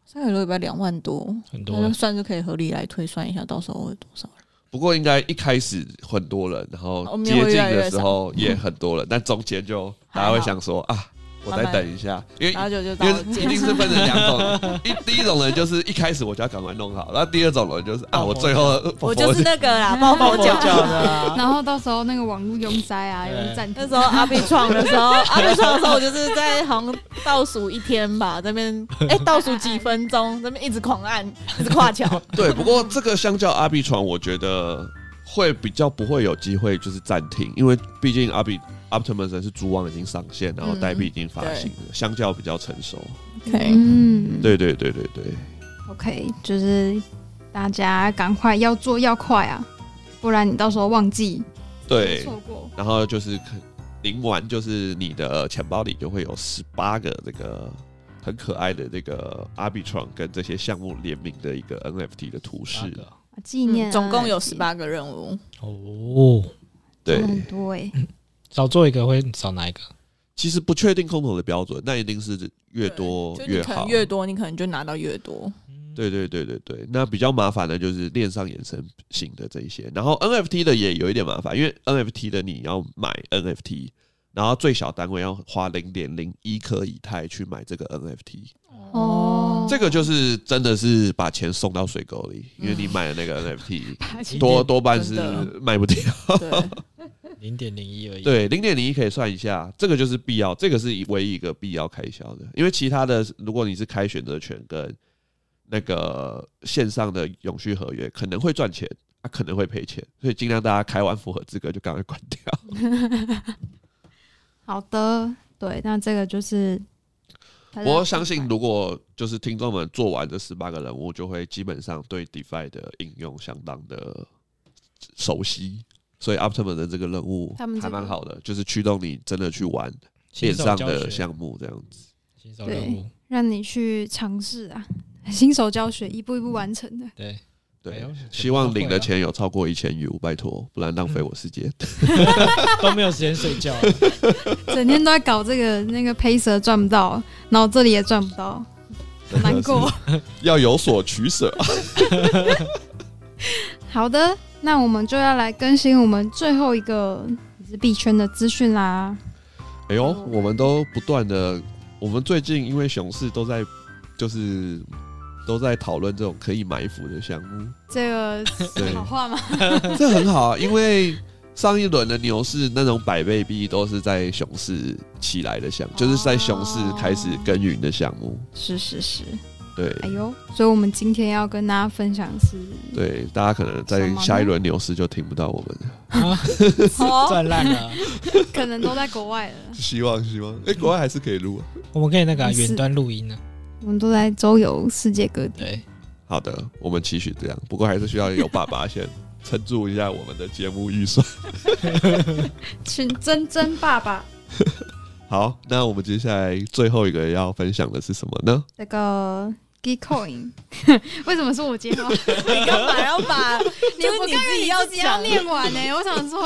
S3: 三个多礼拜两万多，
S1: 很
S4: 啊
S1: 多
S3: 那就
S1: 了，
S3: 算是可以合理来推算一下，到时候会有多少人。
S4: 不过应该一开始很多人，然
S3: 后
S4: 后
S3: 面
S4: 接
S3: 哦会
S4: 近
S3: 越来
S4: 的
S3: 越
S4: 时候
S3: [LAUGHS]
S4: 也很多人，但中间就大家会想说啊，我再
S3: 慢慢
S4: 等一下，因为
S3: 然后就就到
S4: 因
S3: 了
S4: 为
S3: 结
S4: 一定
S3: 束
S4: 是分成两种，一第一种人就是一开始我就要赶快弄好，然后第二种人就是啊，我最后
S3: 哦 [LAUGHS] 我就是那个啦，抱佛脚的。
S5: 然后到时候那个网络拥塞
S4: 哎
S5: 啊，有人暂停
S3: [LAUGHS] 那时候阿碧创的时候， [LAUGHS] 阿碧创的时候，我就是在好像倒数一天吧，这边哎、倒数几分钟，这边一直狂按，一直跨桥。
S4: [LAUGHS] 对，不过这个相较阿比床，我觉得会比较不会有机会就是暂停，因为毕竟阿比阿 Optimism 是蛛网已经上线，然后代币已经发行
S3: 嗯
S4: 了，相较比较成熟。
S3: OK，
S5: 嗯，
S4: 对对对对对，
S5: ，OK，就是大家赶快要做要快啊，不然你到时候忘记
S4: 对，
S5: 错过。
S4: 然后就是可领完，就是你的钱包里就会有十八个这个很可爱的这个 Arbitron 跟这些项目联名的一个 NFT 的图示。
S1: 的
S5: 啊纪念啊、
S3: 嗯总共有
S5: 纪
S3: 十八个任务，
S1: 哦，
S4: 对，
S5: 很多哎、
S3: 嗯
S1: 少做一个会少拿一个，
S4: 其实不确定空投的标准，那一定是越多
S3: 就你
S4: 越
S3: 可能
S4: 好。
S3: 越多，你可能就拿到越多。
S4: 对对对对对，那比较麻烦的就是链上衍生型的这一些，然后 NFT 的也有一点麻烦，因为 NFT 的你要买 NFT，然后最小单位要花零点零一颗以太去买这个 NFT，
S5: 哦
S4: 这个就是真的是把钱送到水沟里，因为你买的那个 NFT
S1: 一
S4: 多多半是
S3: 哦真
S4: 卖不掉。
S3: 对，
S1: 零点零一而已。，
S4: 对，零点零一可以算一下，这个就是必要，这个是唯一一个必要开销的，因为其他的，如果你是开选择权跟那个线上的永续合约，可能会赚钱，啊，可能会赔钱，所以尽量大家开完符合资格就赶快关掉。
S5: 好的，对，那这个就是。
S4: 我相信，如果就是听众们做完这十八个人物，就会基本上对 DeFi 的应用相当的熟悉。所以 Optimum 的这个任务
S5: 他们这
S4: 还
S5: 个
S4: 蛮好的，就是驱动你真的去玩
S1: 新
S4: 线
S1: 手
S4: 上
S1: 教
S4: 的
S1: 学
S4: 项目这样子。
S1: 新手任务，
S5: 让你去尝试啊， [LAUGHS] 新手教学一步一步完成的。 [LAUGHS]
S1: 对，哎
S4: 对
S1: 呦，
S4: 希望领的
S1: 钱
S4: 钱有超过一千 U，拜托，不然浪费我时间。
S1: 都没有时间
S3: [LAUGHS]
S1: 睡觉。
S5: 整天都在搞这个那个黑蛇赚不到，然后这里也赚不到，
S4: 真的
S5: [LAUGHS] 难过。
S4: 是 [LAUGHS] 要有所取舍。
S5: 好的，那我们就要来更新我们最后一个也是币圈的资讯啦。
S4: [LAUGHS] 哎呦，我们都不断的，我们最近因为熊市都在，就是都在讨论这种可以埋伏的项 [LAUGHS] 目。
S5: 这个
S4: 对
S5: 是好话吗？
S4: 这很好啊，因为上一轮的牛市那种百倍币都是在熊市起来的
S5: 哦
S4: 项目，就是在熊市开始耕耘的项目。
S5: 是是是，
S4: 对
S5: 哎呦，所以我们今天要跟大家分享的
S4: [LAUGHS]
S5: 是
S4: 对，大家可能在下一轮牛市就听不到我们了。
S3: 哦，
S1: 啊赚烂
S3: [LAUGHS]
S1: 了。
S5: 可能都在国外了，
S4: 希望希望，哎、国外还是可以录、啊。
S1: 我们可以那个啊
S5: 没事
S1: 远端录音呢。
S5: 我们都在周游世界各地。
S1: 对，
S4: 好的，我们期许这样，不过还是需要有爸爸先撑住一下我们的节目预算。 [LAUGHS]
S5: 请真真爸爸，
S4: 好，那我们接下来最后一个要分享的是什么呢？
S5: 这个 Gcoin，为什 [LAUGHS] 么是我接话？
S3: [LAUGHS] 你干嘛要
S5: [LAUGHS]
S3: 把？就是
S5: 我
S3: 你
S5: 刚
S3: 自
S5: 刚
S3: 己
S5: 你
S3: 要
S5: 自己要
S3: 讲
S5: 念完呢、我想
S3: [LAUGHS]
S5: 说，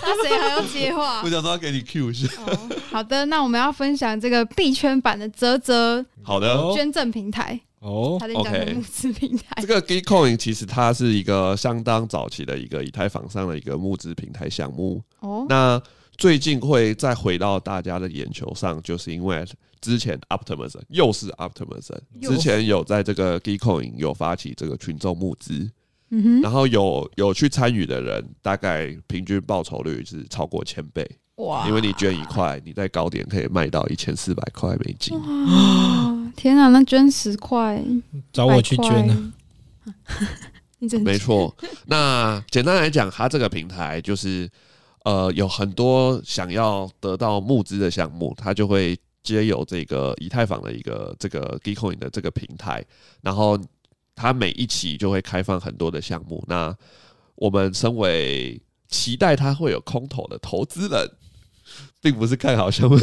S5: 那谁还要接话
S4: 我？想说要给你 Q 一下。
S5: 哦，好的，那我们要分享这个币圈版的泽泽
S4: 好的，
S1: 哦
S5: 捐赠平台，
S1: 哦，
S5: 他在讲的
S4: OK
S5: 募资平台
S4: 这。个 Gcoin 其实它是一个相当早期的一个以太坊上的一个募资平台项目。
S5: 哦，
S4: 那最近会再回到大家的眼球上，就是因为之前 Optimism 又是 Optimism，
S5: 又
S4: 之前有在这个 Gcoin 有发起这个群众募资，
S5: 嗯哼，
S3: [GASPS]
S4: 然后有有去参与的人，大概平均报酬率是超过千倍，
S3: 哇
S4: 因为你捐一块，你在高点可以卖到一千四百块美金。
S5: 哇，天啊，那捐十块，
S1: 找我去捐啊呢。
S3: 啊
S5: 呢？ [LAUGHS] 你真
S4: 没错。那简单来讲，它这个平台就是呃有很多想要得到募资的项目，它就会接有这个以太坊的一个这个 Gcoin 的这个平台，然后它每一期就会开放很多的项目。那我们身为期待它会有空投的投资人。并不是看好项目，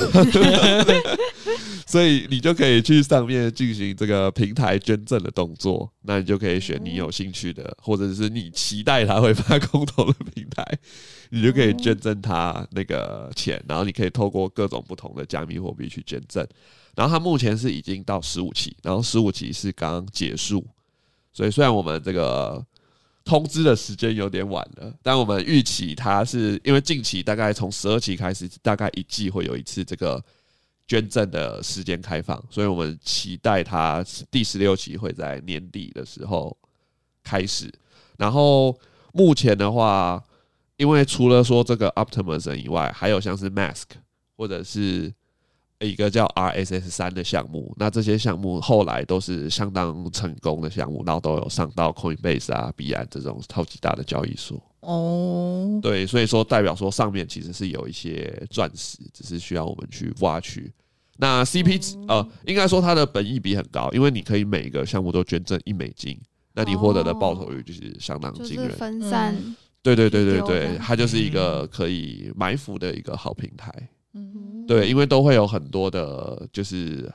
S4: 所以你就可以去上面进行这个平台捐赠的动作，那你就可以选你有兴趣的，或者是你期待它会发空投的平台，你就可以捐赠它那个钱，然后你可以透过各种不同的加密货币去捐赠。然后它目前是已经到十五期，然后十五期是刚结束，所以虽然我们这个通知的时间有点晚了，但我们预期它是因为近期大概从十二期开始，大概一季会有一次这个捐赠的时间开放，所以我们期待它第十六期会在年底的时候开始。然后目前的话，因为除了说这个 Optimism 以外，还有像是 Mask 或者是一个叫 RSS 三的项目，那这些项目后来都是相当成功的项目，然后都有上到 Coinbase 啊、币安这种超级大的交易所。
S3: 哦，
S4: 对，所以说代表说上面其实是有一些钻石，只是需要我们去挖去。那
S5: 嗯
S4: CP 值呃，应该说它的本益比很高，因为你可以每个项目都捐赠一美金，那你获得的报酬率就是相当
S5: 哦就
S4: 惊
S5: 是
S4: 人。
S5: 分散。
S3: 嗯
S4: 对对对对
S5: 丢这
S4: 对，
S5: 样
S4: 它就是
S5: 嗯
S4: 一个可以埋伏的一个好平台。
S3: 嗯，
S4: 对，因为都会有很多的，就是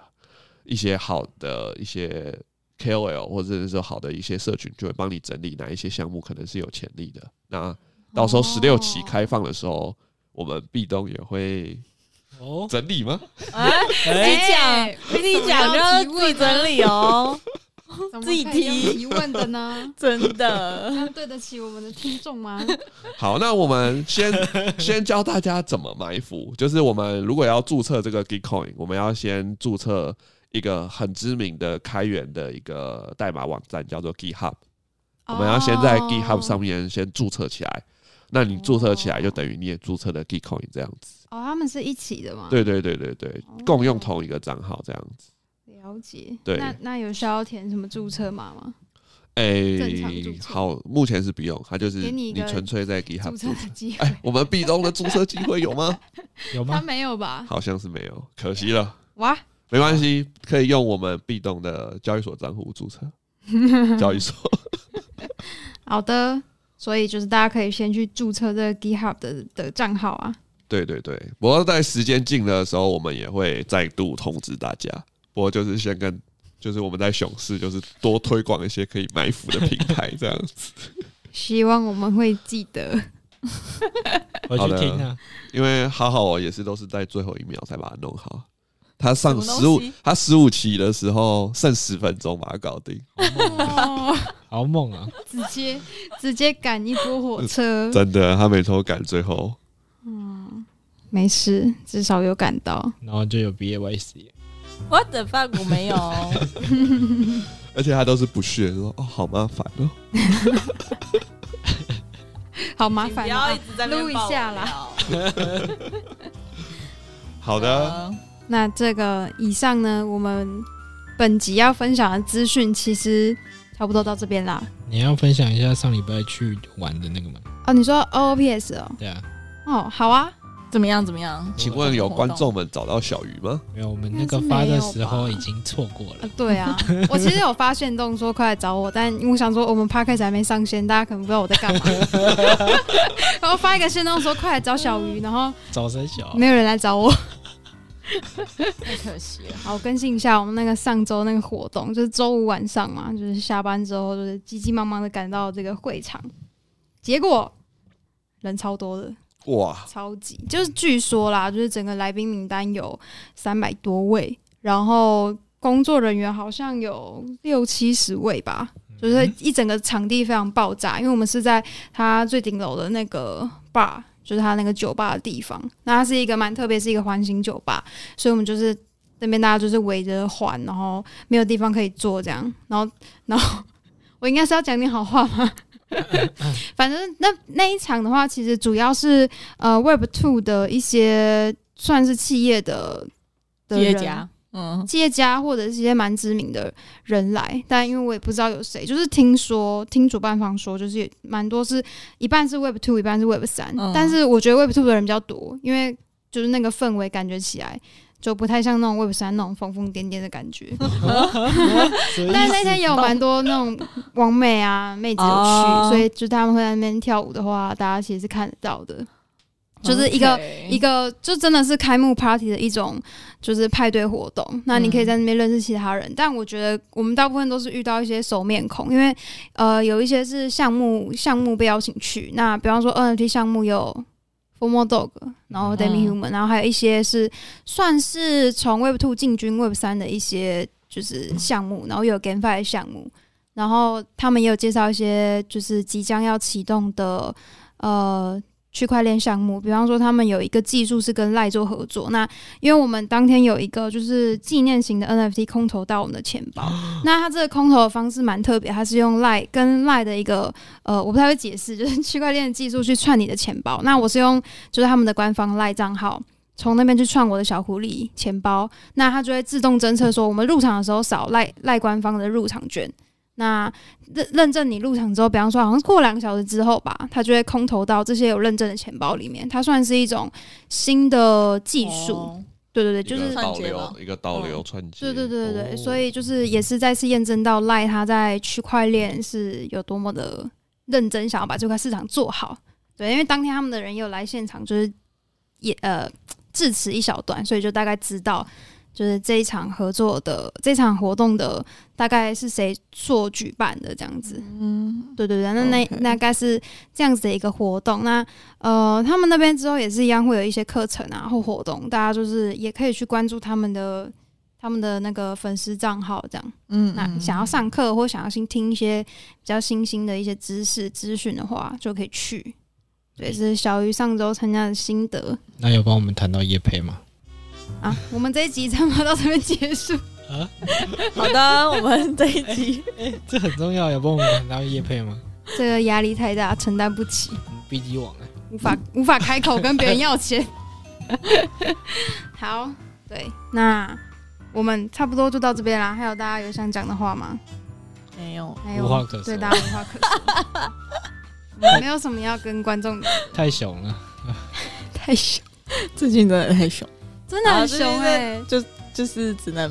S4: 一些好的一些 KOL 或者是说好的一些社群，就会帮你整理哪一些项目可能是有潜力的。那到时候十六期开放的时候，我们壁咚也会
S1: 哦，
S4: 整理吗？
S3: [LAUGHS]
S4: [LAUGHS]
S3: 哎，自己讲，自己
S5: 为什
S3: 讲，
S5: 么要提
S3: 然后自己
S5: 问呢
S3: 整理哦，
S5: 怎么
S3: 自己
S5: 可以用
S3: 提？
S5: 提问的呢 [LAUGHS]
S3: 真的
S5: 这。样对得起我们的听众吗？
S4: 好，那我们先 [LAUGHS] 先教大家怎么埋伏，就是我们如果要注册这个 Gitcoin，我们要先注册一个很知名的开源的一个代码网站，叫做 GitHub。我们要先在
S5: 哦
S4: GitHub 上面先注册起来。那你注册起来，就等于你也注册了 Gitcoin 这样子。
S5: 哦，他们是一起的吗？，哦
S4: 对对对对对，共用同一个账号这样子。
S5: 了解。
S4: 对
S5: 那那有需要填什么注册码吗？正常注
S4: 哎，
S5: 册
S4: 好，目前是不用，它就是
S5: 给你一
S4: 你
S5: 个
S4: 纯粹在
S5: 注
S4: GitHub
S5: 册
S4: 注
S5: 的
S4: 册。 [LAUGHS]
S5: 机会
S4: 哎，我们壁咚的注册机会有
S5: [LAUGHS]
S4: 吗？
S1: 有
S5: 他
S1: 吗？
S5: 没有吧？
S4: 好像是没有，可惜了。
S5: 哇，
S4: 没关系，可以用我们壁咚的交易所账户
S5: [LAUGHS]
S4: 注册交易所。
S5: 好的。所以就是大家可以先去注册这个 GitHub 的的账号啊。
S4: 对对对，不过在时间近了的时候，我们也会再度通知大家。不过就是先跟，就是我们在熊市，就是多推广一些可以埋伏的平台，这样子。
S5: 希望我们会记得。
S1: 我
S4: 好
S1: 去
S4: 的
S1: 听啊。
S4: 因为好好哦，也是都是在最后一秒才把它弄好。他上
S3: 什么
S4: 十
S3: 东
S4: 五
S3: 西，
S4: 他十五期的时候剩十分钟把它搞定，
S5: 哦，
S1: 好猛啊！
S5: [LAUGHS] 直接直接赶一波火
S4: [LAUGHS]
S5: 车，
S4: 真的，他没偷赶，最后
S5: 没事，至少有赶到。
S1: 然后就有 BAYC，
S3: What the fuck？我没 [LAUGHS] 有，
S4: 而且他都是不屑说哦，好麻烦哦。
S5: 好麻
S3: 你不
S5: 烦
S3: 要一
S5: 啊！
S3: 直在那边
S5: 录一
S3: 爆我
S5: 下啦
S3: 料。嗯
S4: 好
S3: 好
S4: 的，，
S5: 那这个以上呢，我们本集要分享的资讯其实差不多到这边啦。
S1: 你要分享一下上礼拜去玩的那个吗？
S5: 哦，你说 OOPS 哦？
S1: 对啊，
S5: 哦，好啊，
S3: 怎么样？怎么样？
S4: 请问有观众们找到小鱼吗？
S1: 没有，我呃们那个发的时候已经错过
S5: 啊
S1: 了。
S5: 对啊，我其实有发现动说快来找我，但我想说我们 p a c k a g e 还没上线，大家可能不知道我在干嘛。然后发一个线动说快来找小鱼，然后
S1: 早生小
S5: 没有人来找我。
S3: 太可惜了。
S5: 好，我更新一下我们那个上周那个活动，就是周五晚上嘛，就是下班之后就是急急忙忙的赶到这个会场，结果人超多的，
S4: 哇，
S5: 超级就是据说啦，就是整个来宾名单有三百多位，然后工作人员好像有六七十位吧，就是一整个场地非常爆炸，因为我们是在它最顶楼的那个 bar，就是它那个酒吧的地方。那它是一个蛮特别，是一个环形酒吧，所以我们就是那边大家就是围着环，然后没有地方可以坐这样，然后然后我应该是要讲点好话吗？ [LAUGHS] 反正那那一场的话，其实主要是呃 Web Two 的一些算是企业的的
S3: 企业
S5: 人
S3: 家， [LAUGHS] 嗯，
S5: 企业家或者是一些蛮知名的人来，但因为我也不知道有谁，就是听说听主办方说，就是也蛮多是一半是 Web Two，一半是 Web 三、
S3: 嗯
S5: 但是我觉得 Web Two 的人比较多，因为就是那个氛围感觉起来就不太像那种 Web 三那种疯疯癫癫的感觉。但是那天也有蛮多那种网美啊妹子有去，
S3: 哦
S5: 所以就他们会在那边跳舞的话，大家其实是看得到的，就是一个
S3: OK
S5: 一个就真的是开幕 party 的一种，就是派对活动。那你可以在那边认识其他人，但我觉得我们大部分都是遇到一些熟面孔，因为呃有一些是项目项目被邀请去，那比方说 NFT 项目有 Formal Dog，然后 Demi
S3: 嗯
S5: Human，、然后还有一些是算是从 Web Two 进军 Web 三的一些就是项目，然后也有 GameFi 的项目，然后他们也有介绍一些就是即将要启动的呃区块链项目，比方说他们有一个技术是跟赖做合作。那因为我们当天有一个就是纪念型的 NFT 空投到我们的钱包，那它这个空投的方式蛮特别，它是用赖跟赖的一个呃，我不太会解释，就是区块链的技术去串你的钱包。那我是用就是他们的官方赖账号。从那边去串我的小狐狸钱包，那它就会自动侦测说我们入场的时候扫赖赖官方的入场券。那认认证你入场之后，比方说好像是过两个小时之后吧，它就会空投到这些有认证的钱包里面。它算是一种新的技术，
S3: 哦
S5: 对对对，
S4: 一
S5: 就
S4: 个
S5: 是
S4: 导
S3: 串接吗
S4: 流，一个导流串接。
S5: 哦对对对对对，
S4: 哦
S5: 所以就是也是再次验证到赖他在区块链是有多么的认真，想要把这块市场做好。对，因为当天他们的人也有来现场，就是也呃致辞一小段，所以就大概知道就是这一场合作的这场活动的大概是谁做举办的这样子。
S3: 嗯，
S5: 对对对，那那
S3: OK
S5: 那大概是这样子的一个活动。那呃，他们那边之后也是一样会有一些课程啊或活动，大家就是也可以去关注他们的他们的那个粉丝账号这样。
S3: 嗯
S5: 那想要上课或想要新听一些比较新兴的一些知识资讯的话，就可以去。对，这是小鱼上周参加的心得
S1: 那有帮我们谈到叶配吗？
S5: 啊。我们这一集差不多到这边结束。
S1: 啊，
S3: 好 [LAUGHS] 的，我们这一集
S1: 这很重要，有帮我们谈到叶配吗？
S5: 这个压力太大，承担不起，
S1: B D 网哎，
S5: 无 [LAUGHS] 法无法开口跟别人要钱。 [LAUGHS] 好，对，那我们差不多就到这边啦。还有大家有想讲的话吗？
S3: 没有，
S5: 还有
S1: 无话可说
S5: 对，大家无话可说。我
S1: [LAUGHS]
S5: 们没有什么要跟观众
S1: 太熊了，
S5: 太凶，
S3: 最近真的很凶，
S5: 真的
S3: 啊
S5: 很
S3: 最
S5: 凶
S3: 近
S5: 哎、
S3: 就是只能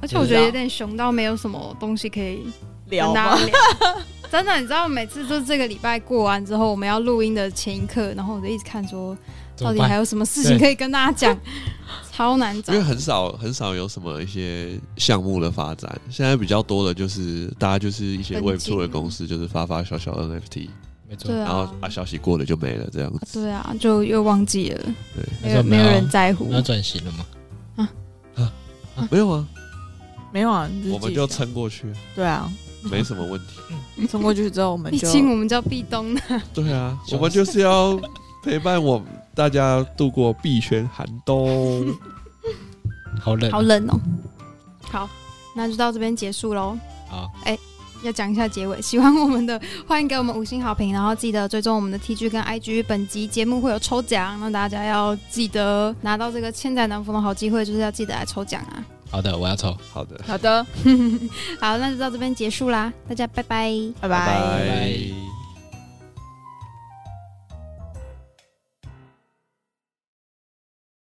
S5: 而且我觉得有点凶到没有什么东西可以
S3: 聊
S5: 跟
S3: 吧
S5: 大。家聊。啊 [LAUGHS] 真的，你知道每次就这个礼拜过完之后，我们要录音的前一刻，然后我就一直看说，
S1: 怎
S5: 到
S1: 么
S5: 底还
S1: 办？
S5: 有什么事情
S1: 对
S5: 可以跟大家讲，超难找
S4: 因为。很少很少有什么一些项目的发展，现在比较多的就是大家就是一些
S5: 跟
S4: Web
S5: 进
S4: Two 的公司，就是发发小小 NFT，
S1: 没错
S5: 对，
S4: 然后
S5: 啊，
S4: 把消息过了就没了这样子。
S5: 对啊，就又忘记了，
S1: 那时
S5: 没
S1: 候
S5: 有
S1: 没
S5: 没
S1: 有
S5: 有
S1: 啊
S5: 人在乎
S1: 你。要转型了吗？
S4: 没有啊，
S3: 没有啊，是
S4: 我们
S3: 继续
S4: 就
S3: 啊
S4: 撑过去，
S3: 对啊，
S4: 没什么问题。
S3: 撑过去之后我们
S5: 毕
S3: 就
S5: 竟我们叫壁咚，
S4: 对啊，
S1: 笑死
S4: 我们就是要陪伴我们大家度过币圈寒冬。
S1: 好冷，
S5: 好，冷哦。好，那就到这边结束喽。
S1: 好，
S5: 要讲一下结尾。喜欢我们的，欢迎给我们五星好评，然后记得追踪我们的 TG 跟 IG。本集节目会有抽奖，那大家要记得拿到这个千载难逢的好机会，就是要记得来抽奖啊。
S1: 好的，我要抽，
S4: 好的，
S5: [LAUGHS]
S3: 好的，
S5: 好，那就到这边结束啦，大家拜拜。
S4: 拜
S3: 拜
S1: 拜
S4: 拜。